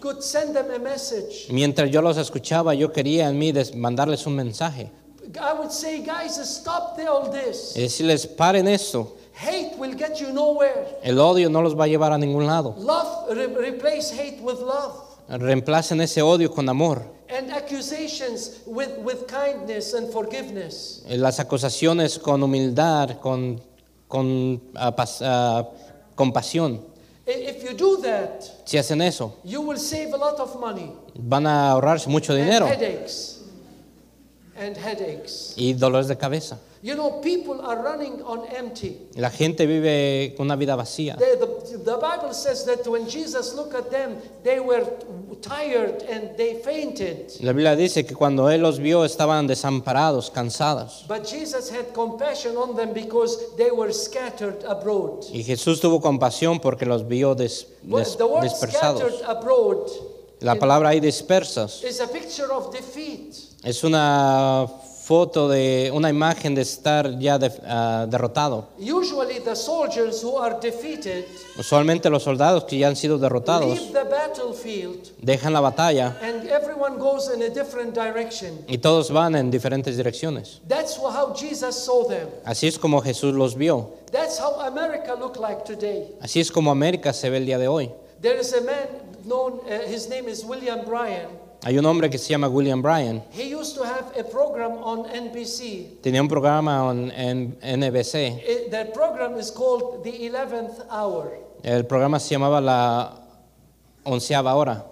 [SPEAKER 1] could send them a message.
[SPEAKER 2] Mientras yo los escuchaba, yo quería en mí des- mandarles un mensaje
[SPEAKER 1] I would say, guys, stop the- all this.
[SPEAKER 2] y decirles, paren esto,
[SPEAKER 1] Hate will get you nowhere.
[SPEAKER 2] el odio no los va a llevar a ningún lado.
[SPEAKER 1] Love re- replace hate with love
[SPEAKER 2] Reemplacen ese odio con amor,
[SPEAKER 1] and accusations with, with kindness and forgiveness.
[SPEAKER 2] eh, las acusaciones con humildad, con, con ah, pas- ah, compasión.
[SPEAKER 1] I- If you do that,
[SPEAKER 2] Si hacen eso,
[SPEAKER 1] you will save a lot of money
[SPEAKER 2] van a ahorrarse mucho dinero
[SPEAKER 1] and headaches. And headaches.
[SPEAKER 2] y dolores de cabeza.
[SPEAKER 1] You know, people are running on empty.
[SPEAKER 2] La gente vive una vida vacía.
[SPEAKER 1] They- the, the Bible says that when Jesus looked at them, they were tired and they fainted.
[SPEAKER 2] La Biblia dice que cuando él los vio estaban desamparados, cansados.
[SPEAKER 1] But Jesus had compassion on them because they were scattered abroad.
[SPEAKER 2] Y Jesús tuvo compasión porque los vio des-
[SPEAKER 1] Well,
[SPEAKER 2] des-
[SPEAKER 1] the word scattered
[SPEAKER 2] dispersados.
[SPEAKER 1] abroad
[SPEAKER 2] La palabra ahí dispersos
[SPEAKER 1] is a picture of defeat.
[SPEAKER 2] es una foto de una imagen de estar ya de- ah, derrotado.
[SPEAKER 1] Usually, the soldiers who are defeated
[SPEAKER 2] Usualmente los soldados que ya han sido derrotados
[SPEAKER 1] leave the battlefield
[SPEAKER 2] dejan la batalla
[SPEAKER 1] and everyone goes in a different direction.
[SPEAKER 2] y todos van en diferentes direcciones.
[SPEAKER 1] That's wh- how Jesus saw them.
[SPEAKER 2] Así es como Jesús los vio.
[SPEAKER 1] That's how America looked like today.
[SPEAKER 2] Así es como América se ve el día de hoy.
[SPEAKER 1] There is a man known, uh, his name is William Bryan.
[SPEAKER 2] Hay un hombre que se llama William Bryan.
[SPEAKER 1] He used to have a program on NBC.
[SPEAKER 2] Tenía un programa en- en NBC
[SPEAKER 1] It- Uh, that program is called The 11th Hour.
[SPEAKER 2] El programa se llamaba La Onceava Hora.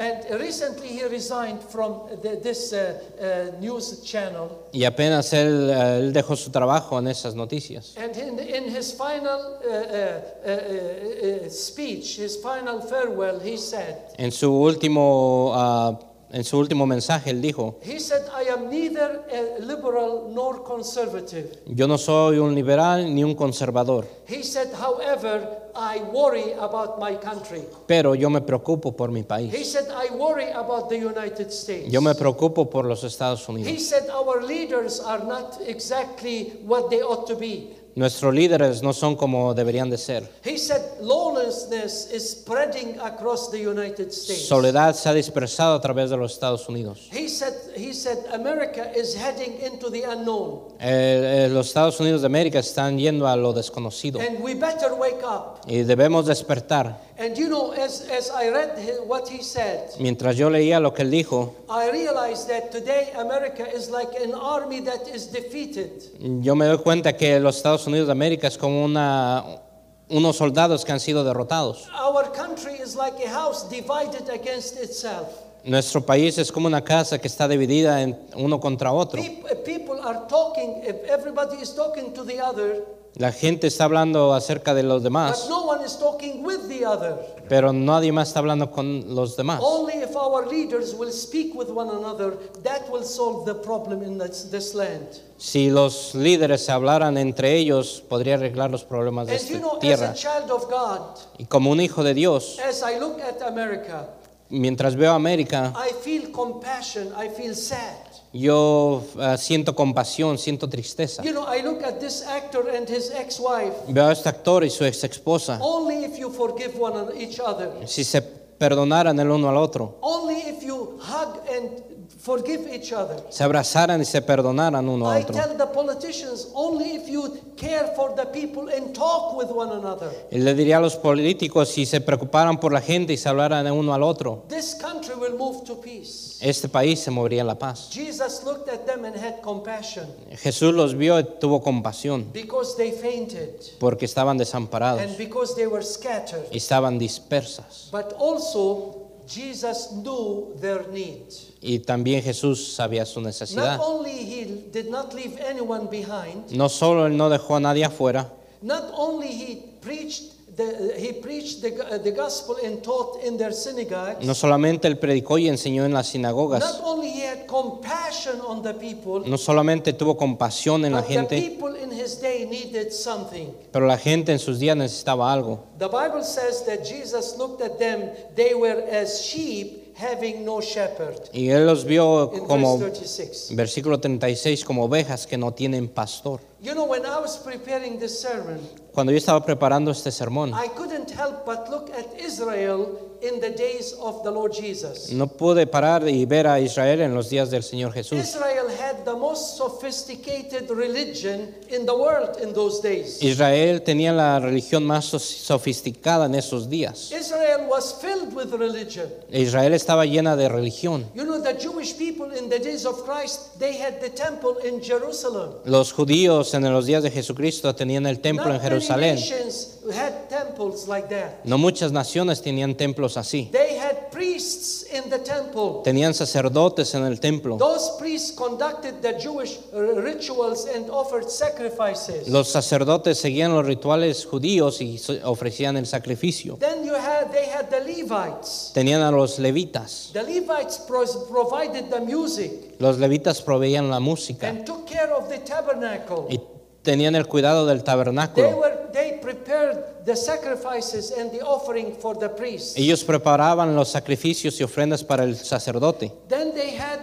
[SPEAKER 1] And recently he resigned from the, this uh, uh, news channel.
[SPEAKER 2] Y apenas él, eh, él dejó su trabajo en esas noticias.
[SPEAKER 1] And in, in his final uh, uh, uh, uh, uh, speech, his final farewell, he said,
[SPEAKER 2] En su último ah, en su último mensaje, él dijo,
[SPEAKER 1] He said, I am neither a liberal nor conservative.
[SPEAKER 2] yo no soy un liberal ni un conservador,
[SPEAKER 1] He said, however, I worry about my country.
[SPEAKER 2] pero yo me preocupo por mi país.
[SPEAKER 1] He said, I worry about the United States.
[SPEAKER 2] Yo me preocupo por los Estados
[SPEAKER 1] He
[SPEAKER 2] Unidos.
[SPEAKER 1] said, our leaders are not exactly what they ought to be.
[SPEAKER 2] Nuestros líderes no son como deberían de ser.
[SPEAKER 1] He said, lawlessness is spreading across the United States.
[SPEAKER 2] Soledad se ha dispersado a través de los Estados Unidos.
[SPEAKER 1] He said, he said, America is heading into the unknown,
[SPEAKER 2] Eh, eh, los Estados Unidos de América están yendo a lo desconocido
[SPEAKER 1] and we better wake up.
[SPEAKER 2] y debemos despertar.
[SPEAKER 1] And you know, as, as I read hi- what he said,
[SPEAKER 2] Mientras yo leía lo que él dijo,
[SPEAKER 1] I realized that today America is like an army that is defeated.
[SPEAKER 2] yo me doy cuenta que los Estados Unidos de América es como una, unos soldados que han sido derrotados.
[SPEAKER 1] Our country is like a house divided against itself.
[SPEAKER 2] Nuestro país es como una casa que está dividida en uno contra otro.
[SPEAKER 1] Peop- uh, People are talking, if everybody is talking to the other,
[SPEAKER 2] La gente está hablando acerca de los
[SPEAKER 1] but
[SPEAKER 2] demás,
[SPEAKER 1] no one is talking with the other.
[SPEAKER 2] pero nadie más está hablando con los demás.
[SPEAKER 1] Only if our leaders will speak with one another, that will solve the problem in this, this land.
[SPEAKER 2] Si los líderes se hablaran entre ellos, podría arreglar los problemas de
[SPEAKER 1] And you
[SPEAKER 2] esta
[SPEAKER 1] know, as
[SPEAKER 2] tierra.
[SPEAKER 1] a child of God,
[SPEAKER 2] Y como un hijo de Dios,
[SPEAKER 1] as I look at America,
[SPEAKER 2] mientras veo a América,
[SPEAKER 1] I feel compassion, I feel sad.
[SPEAKER 2] yo ah, siento compasión, siento tristeza.
[SPEAKER 1] You know, I look at this actor and his ex wife.
[SPEAKER 2] Veo a este actor y su ex esposa.
[SPEAKER 1] Only if you forgive one an- each other,
[SPEAKER 2] Si se perdonaran el uno al otro,
[SPEAKER 1] only if you hug and forgive each other.
[SPEAKER 2] se abrazaran y se perdonaran uno
[SPEAKER 1] I
[SPEAKER 2] al otro.
[SPEAKER 1] tell the politicians only if you care for the people and talk with one another.
[SPEAKER 2] Y le diría a los políticos si se preocuparan por la gente y se hablaran de uno al otro,
[SPEAKER 1] This country will move to peace.
[SPEAKER 2] este país se movería en la paz.
[SPEAKER 1] Jesus looked at them and had compassion
[SPEAKER 2] Jesús los vio y tuvo compasión
[SPEAKER 1] because they fainted
[SPEAKER 2] porque estaban desamparados
[SPEAKER 1] and because they were scattered.
[SPEAKER 2] y estaban dispersas.
[SPEAKER 1] But also, Jesus knew their need.
[SPEAKER 2] Y también Jesús sabía su
[SPEAKER 1] Not
[SPEAKER 2] necesidad.
[SPEAKER 1] only he did not leave anyone behind,
[SPEAKER 2] No solo él no dejó a nadie afuera,
[SPEAKER 1] not only he preached the, he preached the, uh, the gospel and taught in their synagogues,
[SPEAKER 2] no solamente él predicó y enseñó en las
[SPEAKER 1] not
[SPEAKER 2] sinagogas,
[SPEAKER 1] only he had compassion on the people,
[SPEAKER 2] no solamente tuvo compasión en la
[SPEAKER 1] but the
[SPEAKER 2] gente,
[SPEAKER 1] people in his day needed something.
[SPEAKER 2] pero la gente en sus días necesitaba algo.
[SPEAKER 1] The Bible says that Jesus looked at them, they were as sheep having no shepherd.
[SPEAKER 2] Y él los vio
[SPEAKER 1] In
[SPEAKER 2] como,
[SPEAKER 1] verse 36.
[SPEAKER 2] versículo 36, como ovejas que no tienen pastor.
[SPEAKER 1] You know, when I was preparing this sermon,
[SPEAKER 2] Cuando yo estaba preparando este sermón,
[SPEAKER 1] I couldn't help but look at Israel in the days of the Lord Jesus.
[SPEAKER 2] no pude parar y ver a Israel en los días del Señor Jesús.
[SPEAKER 1] Israel had the most sophisticated religion in the world in those days.
[SPEAKER 2] Israel tenía la religión más so- sofisticada en esos días.
[SPEAKER 1] Israel was filled with religion.
[SPEAKER 2] Israel estaba llena de religión.
[SPEAKER 1] You know, the Jewish people in the days of Christ, they had the temple in Jerusalem.
[SPEAKER 2] Los judíos en los días de Jesucristo tenían el templo en
[SPEAKER 1] Not many
[SPEAKER 2] Jerusalén.
[SPEAKER 1] nations had temples like that.
[SPEAKER 2] No muchas naciones tenían templos así.
[SPEAKER 1] They had priests in the temple.
[SPEAKER 2] Tenían sacerdotes en el templo.
[SPEAKER 1] Those priests conducted the Jewish uh, rituals and offered sacrifices.
[SPEAKER 2] Los sacerdotes seguían los rituales judíos y so- ofrecían el sacrificio.
[SPEAKER 1] Then you had they had the Levites.
[SPEAKER 2] Tenían a los levitas.
[SPEAKER 1] The Levites pros- provided the music
[SPEAKER 2] Los levitas proveían la música
[SPEAKER 1] and took care of the tabernacle.
[SPEAKER 2] y tenían el cuidado del
[SPEAKER 1] They
[SPEAKER 2] tabernáculo.
[SPEAKER 1] were they prepared the sacrifices and the offering for the priests.
[SPEAKER 2] Ellos preparaban los sacrificios y ofrendas para el sacerdote.
[SPEAKER 1] Then they had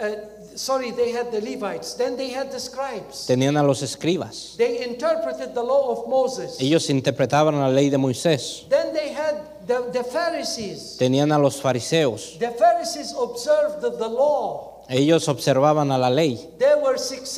[SPEAKER 1] uh, sorry, they had the Levites. Then they had the scribes.
[SPEAKER 2] Tenían a los escribas.
[SPEAKER 1] They interpreted the law of Moses.
[SPEAKER 2] Ellos interpretaban la ley de Moisés.
[SPEAKER 1] Then they had the, the Pharisees.
[SPEAKER 2] Tenían a los fariseos.
[SPEAKER 1] The Pharisees observed the, the law.
[SPEAKER 2] Ellos observaban a la ley.
[SPEAKER 1] There were six,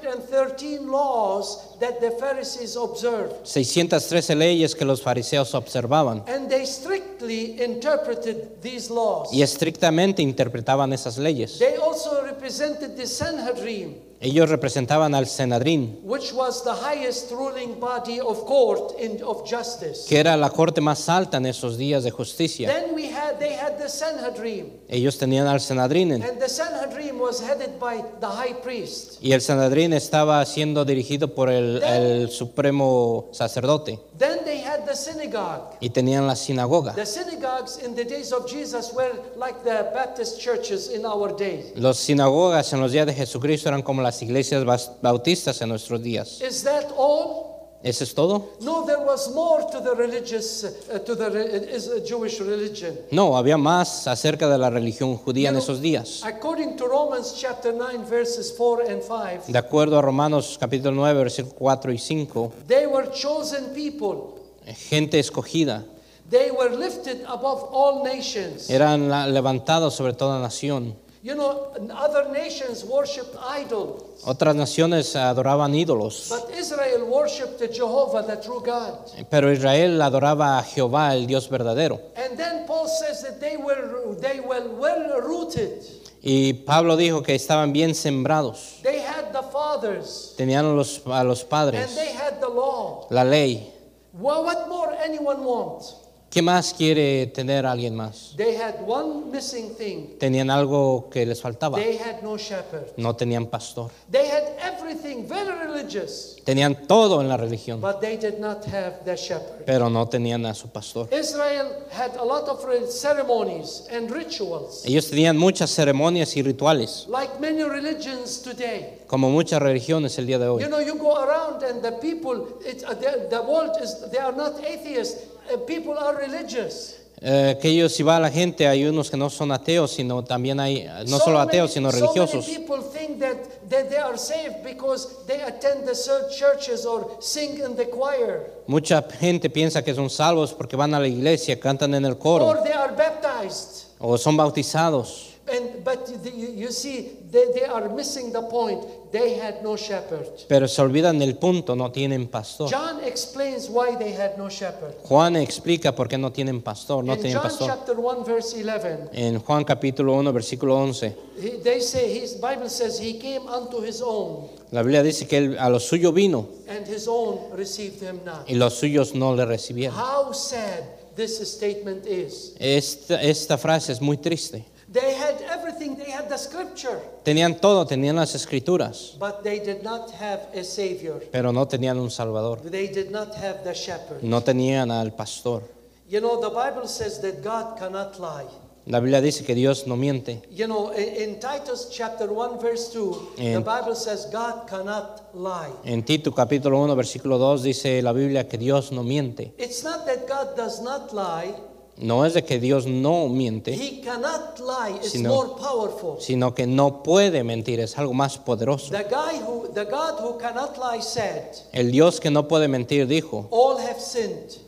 [SPEAKER 1] 613 laws that the Pharisees observed,
[SPEAKER 2] 613 leyes que los fariseos observaban.
[SPEAKER 1] and they strictly interpreted these laws.
[SPEAKER 2] Y estrictamente interpretaban esas leyes.
[SPEAKER 1] They also represented the Sanhedrin.
[SPEAKER 2] Ellos representaban al Senadrín,
[SPEAKER 1] which was the highest ruling body of court in, of justice.
[SPEAKER 2] que era la corte más alta en esos días de justicia.
[SPEAKER 1] Then we had, they had the Sanhedrin,
[SPEAKER 2] Ellos tenían al Senadrín en-
[SPEAKER 1] and the Sanhedrin was headed by the high priest.
[SPEAKER 2] y el Sanadrín estaba siendo dirigido por el, el supremo sacerdote
[SPEAKER 1] Then they had the synagogue.
[SPEAKER 2] y tenían la sinagoga.
[SPEAKER 1] The synagogues in the days of Jesus were like the Baptist churches in our day.
[SPEAKER 2] Las sinagogas en los días de Jesucristo eran como las iglesias bas- bautistas en nuestros días.
[SPEAKER 1] Is that all?
[SPEAKER 2] ¿Eso es todo?
[SPEAKER 1] No, there was more to the religious, uh, to the re- is- uh, Jewish religion.
[SPEAKER 2] No, había más acerca de la religión judía en esos días.
[SPEAKER 1] According to Romans chapter 9, verses 4 and 5,
[SPEAKER 2] De acuerdo a Romanos capítulo 9, versículos 4 y 5,
[SPEAKER 1] they were chosen people.
[SPEAKER 2] gente escogida,
[SPEAKER 1] They were lifted above all nations.
[SPEAKER 2] eran la- levantados sobre toda nación.
[SPEAKER 1] You know, other nations worshipped idol,
[SPEAKER 2] Otras naciones adoraban ídolos,
[SPEAKER 1] but Israel worshipped the Jehovah, the true God.
[SPEAKER 2] pero Israel adoraba a Jehová, el Dios verdadero.
[SPEAKER 1] And then Paul says that they were they were well rooted.
[SPEAKER 2] Y Pablo dijo que estaban bien sembrados,
[SPEAKER 1] They had the fathers
[SPEAKER 2] tenían los- a los
[SPEAKER 1] and
[SPEAKER 2] padres,
[SPEAKER 1] they had the law.
[SPEAKER 2] la ley.
[SPEAKER 1] Well, what more anyone wants?
[SPEAKER 2] ¿Qué más quiere tener alguien más?
[SPEAKER 1] They had one missing thing.
[SPEAKER 2] Tenían algo que les faltaba,
[SPEAKER 1] They had no shepherd.
[SPEAKER 2] no tenían pastor.
[SPEAKER 1] They had everything, very religious,
[SPEAKER 2] Tenían todo en la religión,
[SPEAKER 1] but they did not have the shepherd.
[SPEAKER 2] pero no tenían a su pastor.
[SPEAKER 1] Israel had a lot of re- ceremonies and rituals,
[SPEAKER 2] Ellos tenían muchas ceremonias y rituales,
[SPEAKER 1] like many religions today.
[SPEAKER 2] como muchas religiones el día de
[SPEAKER 1] You
[SPEAKER 2] hoy.
[SPEAKER 1] know, you go around and the people, it's, uh, the, the world is, they are not atheists. Uh, people are religious.
[SPEAKER 2] Eh, que ellos si va la gente, hay unos que no son ateos, sino también hay, eh, no
[SPEAKER 1] So
[SPEAKER 2] solo
[SPEAKER 1] many-
[SPEAKER 2] ateos, sino religiosos.
[SPEAKER 1] So many people think that, that they are saved because they attend the cer- churches or sing in the choir
[SPEAKER 2] Mucha gente piensa que son salvos porque van a la iglesia, cantan en el
[SPEAKER 1] or
[SPEAKER 2] coro
[SPEAKER 1] they are baptized.
[SPEAKER 2] o son bautizados.
[SPEAKER 1] And, but the- you, you see, they, they are missing the point. They had no shepherd.
[SPEAKER 2] Pero se olvidan del punto, no tienen pastor.
[SPEAKER 1] John explains why they had no shepherd.
[SPEAKER 2] Juan explica por qué no tienen pastor, no
[SPEAKER 1] in
[SPEAKER 2] tienen
[SPEAKER 1] John
[SPEAKER 2] pastor.
[SPEAKER 1] chapter 1, verse 11,
[SPEAKER 2] En Juan capítulo 1, versículo 11,
[SPEAKER 1] he- they say, his Bible says, he came unto his own.
[SPEAKER 2] la Biblia dice que él a los suyos vino
[SPEAKER 1] and his own received him not.
[SPEAKER 2] y los suyos no le recibieron.
[SPEAKER 1] How sad this statement is.
[SPEAKER 2] Esta, esta frase es muy triste.
[SPEAKER 1] They had everything, they had the scripture,
[SPEAKER 2] Tenían todo, tenían las escrituras,
[SPEAKER 1] but they did not have a savior.
[SPEAKER 2] pero no tenían un salvador,
[SPEAKER 1] They did not have the shepherd.
[SPEAKER 2] no tenían al pastor.
[SPEAKER 1] You know, the Bible says that God cannot lie.
[SPEAKER 2] La Biblia dice que Dios no miente.
[SPEAKER 1] You know, i- in Titus chapter 1, verse 2, the
[SPEAKER 2] And-
[SPEAKER 1] Bible says God cannot lie.
[SPEAKER 2] En Tito capítulo 1, versículo 2 dice la Biblia que Dios no miente.
[SPEAKER 1] It's not that God does not lie,
[SPEAKER 2] No es de que Dios no miente,
[SPEAKER 1] He cannot lie. It's
[SPEAKER 2] Sino-
[SPEAKER 1] more powerful.
[SPEAKER 2] sino que no puede mentir, es algo más poderoso.
[SPEAKER 1] The guy who the God who cannot lie said,
[SPEAKER 2] El Dios que no puede mentir dijo,
[SPEAKER 1] All have sinned.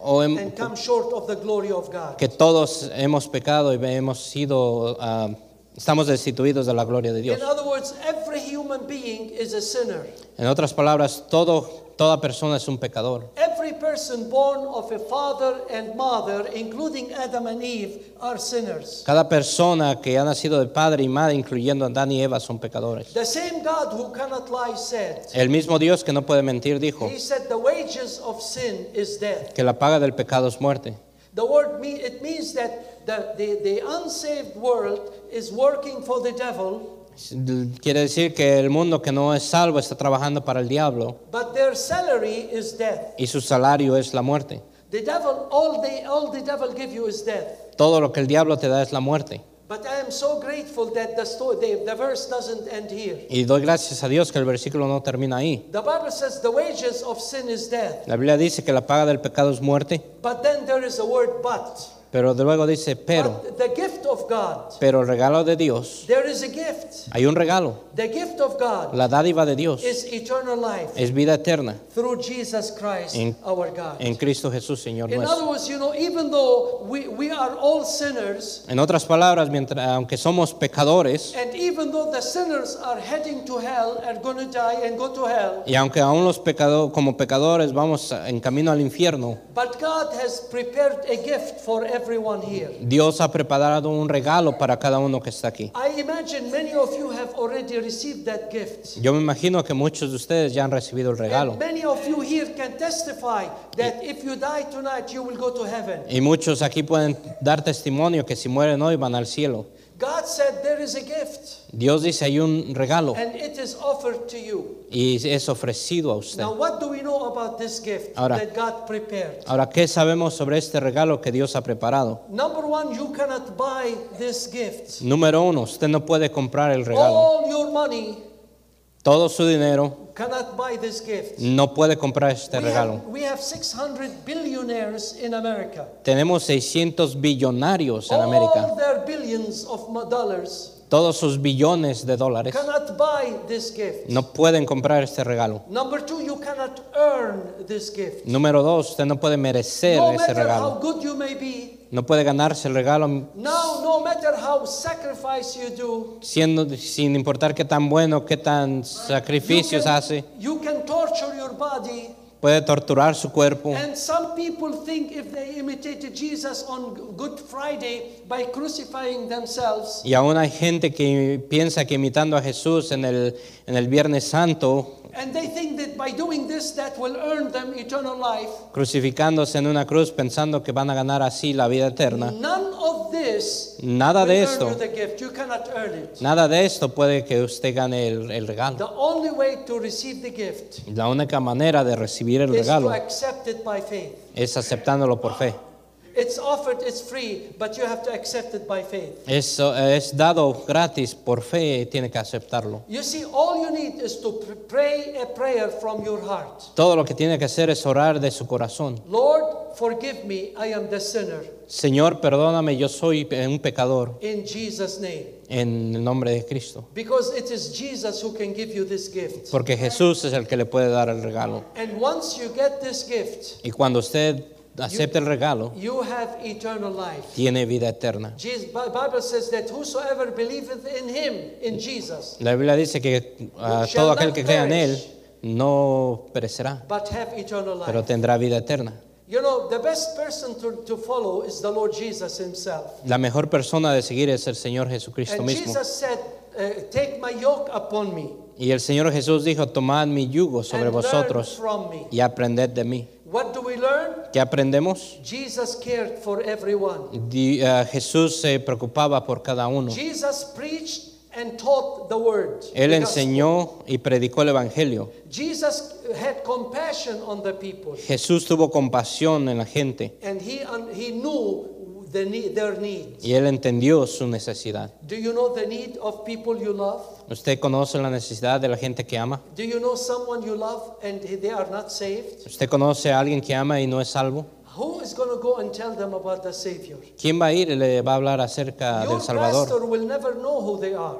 [SPEAKER 2] o hem-
[SPEAKER 1] and come short of the glory of God.
[SPEAKER 2] que todos hemos pecado y hemos sido, ah, estamos destituidos de la gloria de Dios.
[SPEAKER 1] In other words, every human being is a sinner.
[SPEAKER 2] En otras palabras, todo, toda persona es un pecador.
[SPEAKER 1] Every person born of a father and mother, including Adam and Eve, are sinners.
[SPEAKER 2] Cada persona que ha nacido de padre y madre, incluyendo a Adán y Eva, son pecadores.
[SPEAKER 1] The same God who cannot lie said,
[SPEAKER 2] El mismo Dios que no puede mentir dijo
[SPEAKER 1] He said, the wages of sin is death.
[SPEAKER 2] que la paga del pecado es muerte.
[SPEAKER 1] The word me it means that the, the, the unsaved world is working for the devil,
[SPEAKER 2] Quiere decir que el mundo que no es salvo está trabajando para el diablo
[SPEAKER 1] but their salary is death.
[SPEAKER 2] y su salario es la muerte.
[SPEAKER 1] The devil, all the, all the devil give you is death.
[SPEAKER 2] Todo lo que el diablo te da es la muerte.
[SPEAKER 1] But I am so grateful that the story, the, the verse doesn't end here.
[SPEAKER 2] Y doy gracias a Dios que el versículo no termina ahí.
[SPEAKER 1] The Bible says the wages of sin is death.
[SPEAKER 2] La Biblia dice que la paga del pecado es muerte,
[SPEAKER 1] But then there is a word but.
[SPEAKER 2] pero luego dice, pero,
[SPEAKER 1] But the gift of God.
[SPEAKER 2] pero el regalo de Dios,
[SPEAKER 1] There is a gift.
[SPEAKER 2] hay un regalo,
[SPEAKER 1] The gift of God
[SPEAKER 2] la dádiva de Dios
[SPEAKER 1] is eternal life
[SPEAKER 2] es vida eterna
[SPEAKER 1] through Jesus Christ
[SPEAKER 2] En-
[SPEAKER 1] our God.
[SPEAKER 2] en Cristo Jesús, Señor
[SPEAKER 1] In
[SPEAKER 2] nuestro.
[SPEAKER 1] other words, you know, even though we, we are all sinners,
[SPEAKER 2] En otras palabras, mientras, aunque somos pecadores
[SPEAKER 1] and even though the sinners are heading to hell and going to die and go to hell,
[SPEAKER 2] y aunque aún los pecado, como pecadores vamos a- en camino al infierno,
[SPEAKER 1] but God has prepared a gift for everyone here.
[SPEAKER 2] Dios ha preparado un un regalo para cada uno que está aquí.
[SPEAKER 1] I imagine many of you have already received that gift.
[SPEAKER 2] Yo me imagino que muchos de ustedes ya han recibido el regalo.
[SPEAKER 1] And many of you here can testify that if you die tonight, you will go to heaven.
[SPEAKER 2] Y muchos aquí pueden dar testimonio que si mueren hoy van al cielo.
[SPEAKER 1] God said there is a gift,
[SPEAKER 2] Dios dice hay un regalo
[SPEAKER 1] and it is offered to you.
[SPEAKER 2] y es ofrecido a usted.
[SPEAKER 1] Now, what do we know about this gift
[SPEAKER 2] Ahora.
[SPEAKER 1] that God prepared?
[SPEAKER 2] Ahora, ¿qué sabemos sobre este regalo que Dios ha preparado?
[SPEAKER 1] Number one, you cannot buy this gift.
[SPEAKER 2] Número uno, usted no puede comprar el regalo.
[SPEAKER 1] All your money
[SPEAKER 2] Todo su dinero
[SPEAKER 1] cannot buy this gift.
[SPEAKER 2] no puede comprar
[SPEAKER 1] We
[SPEAKER 2] este
[SPEAKER 1] have,
[SPEAKER 2] regalo.
[SPEAKER 1] we have 600 billionaires in America.
[SPEAKER 2] Tenemos 600 billonarios en
[SPEAKER 1] All
[SPEAKER 2] América.
[SPEAKER 1] their billions of mo- dollars
[SPEAKER 2] Todos sus billones de dólares
[SPEAKER 1] cannot buy this gift.
[SPEAKER 2] no pueden comprar este regalo.
[SPEAKER 1] Number two, you cannot earn this gift.
[SPEAKER 2] Número dos, usted no puede merecer
[SPEAKER 1] No
[SPEAKER 2] ese
[SPEAKER 1] matter how
[SPEAKER 2] regalo.
[SPEAKER 1] good you may be,
[SPEAKER 2] No puede ganarse el regalo
[SPEAKER 1] now, no matter how sacrifice you do,
[SPEAKER 2] siendo, sin importar qué tan bueno, qué tan
[SPEAKER 1] you
[SPEAKER 2] sacrificios
[SPEAKER 1] can,
[SPEAKER 2] hace.
[SPEAKER 1] you can torture your body.
[SPEAKER 2] Puede torturar su cuerpo.
[SPEAKER 1] And some people think if they imitated Jesus on Good Friday by crucifying themselves,
[SPEAKER 2] Y aún hay gente que piensa que imitando a Jesús en el, en el Viernes Santo,
[SPEAKER 1] and they think that by doing this, that will earn them eternal life.
[SPEAKER 2] crucificándose en una cruz pensando que van a ganar así la vida eterna,
[SPEAKER 1] None of this
[SPEAKER 2] Nada
[SPEAKER 1] will
[SPEAKER 2] de
[SPEAKER 1] earn
[SPEAKER 2] esto.
[SPEAKER 1] you the gift. You cannot earn it.
[SPEAKER 2] nada de esto puede que usted gane el, el regalo.
[SPEAKER 1] The only way to receive the gift
[SPEAKER 2] La única manera de recibir el
[SPEAKER 1] is to
[SPEAKER 2] regalo
[SPEAKER 1] accept it by faith.
[SPEAKER 2] es aceptándolo por fe.
[SPEAKER 1] It's offered, it's free, but you have to accept it by faith.
[SPEAKER 2] Eso es dado gratis por fe, tiene que aceptarlo.
[SPEAKER 1] You see, all you need is to pr- pray a prayer from your heart.
[SPEAKER 2] Todo lo que tiene que hacer es orar de su corazón.
[SPEAKER 1] Lord, forgive me, I am the sinner.
[SPEAKER 2] Señor, perdóname, yo soy eh, un pecador
[SPEAKER 1] In Jesus' name.
[SPEAKER 2] en el nombre de Cristo.
[SPEAKER 1] Because it is Jesus who can give you this gift.
[SPEAKER 2] Porque Jesús es el que le puede dar el regalo.
[SPEAKER 1] And once you get this gift,
[SPEAKER 2] Y cuando usted acepta el regalo,
[SPEAKER 1] you have eternal life.
[SPEAKER 2] tiene vida eterna.
[SPEAKER 1] Jesus, Bi- Bible says that whosoever believeth in him, in Jesus,
[SPEAKER 2] La Biblia dice que ah,
[SPEAKER 1] Shall
[SPEAKER 2] todo
[SPEAKER 1] not
[SPEAKER 2] aquel que crea en
[SPEAKER 1] perish.
[SPEAKER 2] él no perecerá,
[SPEAKER 1] but have eternal life.
[SPEAKER 2] pero tendrá vida eterna.
[SPEAKER 1] you know, the best person to, to follow is the Lord Jesus himself.
[SPEAKER 2] La mejor persona de seguir es el Señor Jesucristo
[SPEAKER 1] And
[SPEAKER 2] mismo.
[SPEAKER 1] Jesus said, uh, take my yoke upon me
[SPEAKER 2] Y el Señor Jesús dijo, tomad mi yugo sobre
[SPEAKER 1] and
[SPEAKER 2] vosotros
[SPEAKER 1] learn from me.
[SPEAKER 2] y aprended de mí.
[SPEAKER 1] What do we learn?
[SPEAKER 2] ¿Qué aprendemos?
[SPEAKER 1] Jesus cared for everyone.
[SPEAKER 2] Di- ah, Jesús se preocupaba por cada uno.
[SPEAKER 1] Jesus preached and taught the word.
[SPEAKER 2] Él
[SPEAKER 1] the gospel.
[SPEAKER 2] enseñó y predicó el Evangelio.
[SPEAKER 1] Jesus had compassion on the people
[SPEAKER 2] Jesús tuvo compasión en la gente
[SPEAKER 1] and he, un- he knew the need, their need.
[SPEAKER 2] y él entendió su necesidad.
[SPEAKER 1] Do you know the need of people you love?
[SPEAKER 2] ¿Usted conoce la necesidad de la gente que ama?
[SPEAKER 1] Do you know someone you love and they are not saved?
[SPEAKER 2] ¿Usted conoce a alguien que ama y no es salvo?
[SPEAKER 1] Who is going to go and tell them about the Savior?
[SPEAKER 2] ¿Quién va a ir y le va a hablar acerca
[SPEAKER 1] Your
[SPEAKER 2] Ah, del Salvador?
[SPEAKER 1] pastor will never know who they are,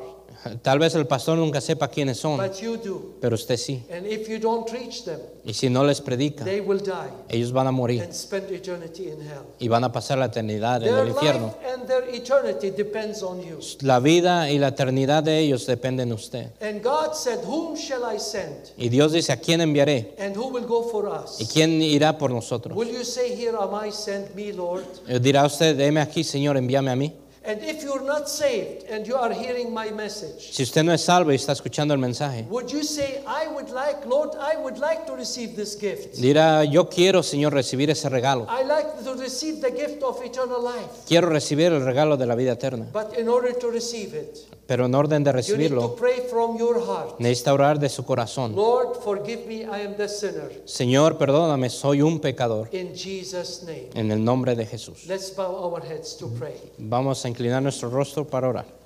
[SPEAKER 2] Tal vez el pastor nunca sepa quiénes son,
[SPEAKER 1] but you do.
[SPEAKER 2] pero usted sí.
[SPEAKER 1] And if you don't reach them,
[SPEAKER 2] Y si no les predica,
[SPEAKER 1] they will die
[SPEAKER 2] ellos van a morir
[SPEAKER 1] and spend eternity in hell.
[SPEAKER 2] y van a pasar la eternidad en
[SPEAKER 1] Their
[SPEAKER 2] el
[SPEAKER 1] life
[SPEAKER 2] infierno.
[SPEAKER 1] and their eternity depends on you.
[SPEAKER 2] La vida y la eternidad de ellos dependen de usted.
[SPEAKER 1] And God said, Whom shall I send?
[SPEAKER 2] Y Dios dice, ¿a quién enviaré?
[SPEAKER 1] And who will go for
[SPEAKER 2] ¿Y
[SPEAKER 1] us?
[SPEAKER 2] quién irá por nosotros?
[SPEAKER 1] Will you say, Here am I, send me, Lord?
[SPEAKER 2] Eh, Dirá usted, heme aquí, Señor, envíame a mí.
[SPEAKER 1] And if you're not saved and you are hearing my message,
[SPEAKER 2] Si usted no es salvo y está escuchando el mensaje,
[SPEAKER 1] Would you say, I would like, Lord, I would like to receive this gift?
[SPEAKER 2] dirá, yo quiero, Señor, recibir ese regalo.
[SPEAKER 1] I like to receive the gift of eternal life.
[SPEAKER 2] Quiero recibir el regalo de la vida eterna,
[SPEAKER 1] But in order to receive it,
[SPEAKER 2] pero en orden de
[SPEAKER 1] you need to
[SPEAKER 2] recibirlo,
[SPEAKER 1] pray from your heart.
[SPEAKER 2] necesita orar de su corazón.
[SPEAKER 1] Lord, forgive me, I am the sinner.
[SPEAKER 2] Señor, perdóname, soy un pecador.
[SPEAKER 1] In Jesus' name.
[SPEAKER 2] En el nombre de Jesús.
[SPEAKER 1] Let's bow our heads to pray.
[SPEAKER 2] Vamos a inclinar nuestro rostro para orar.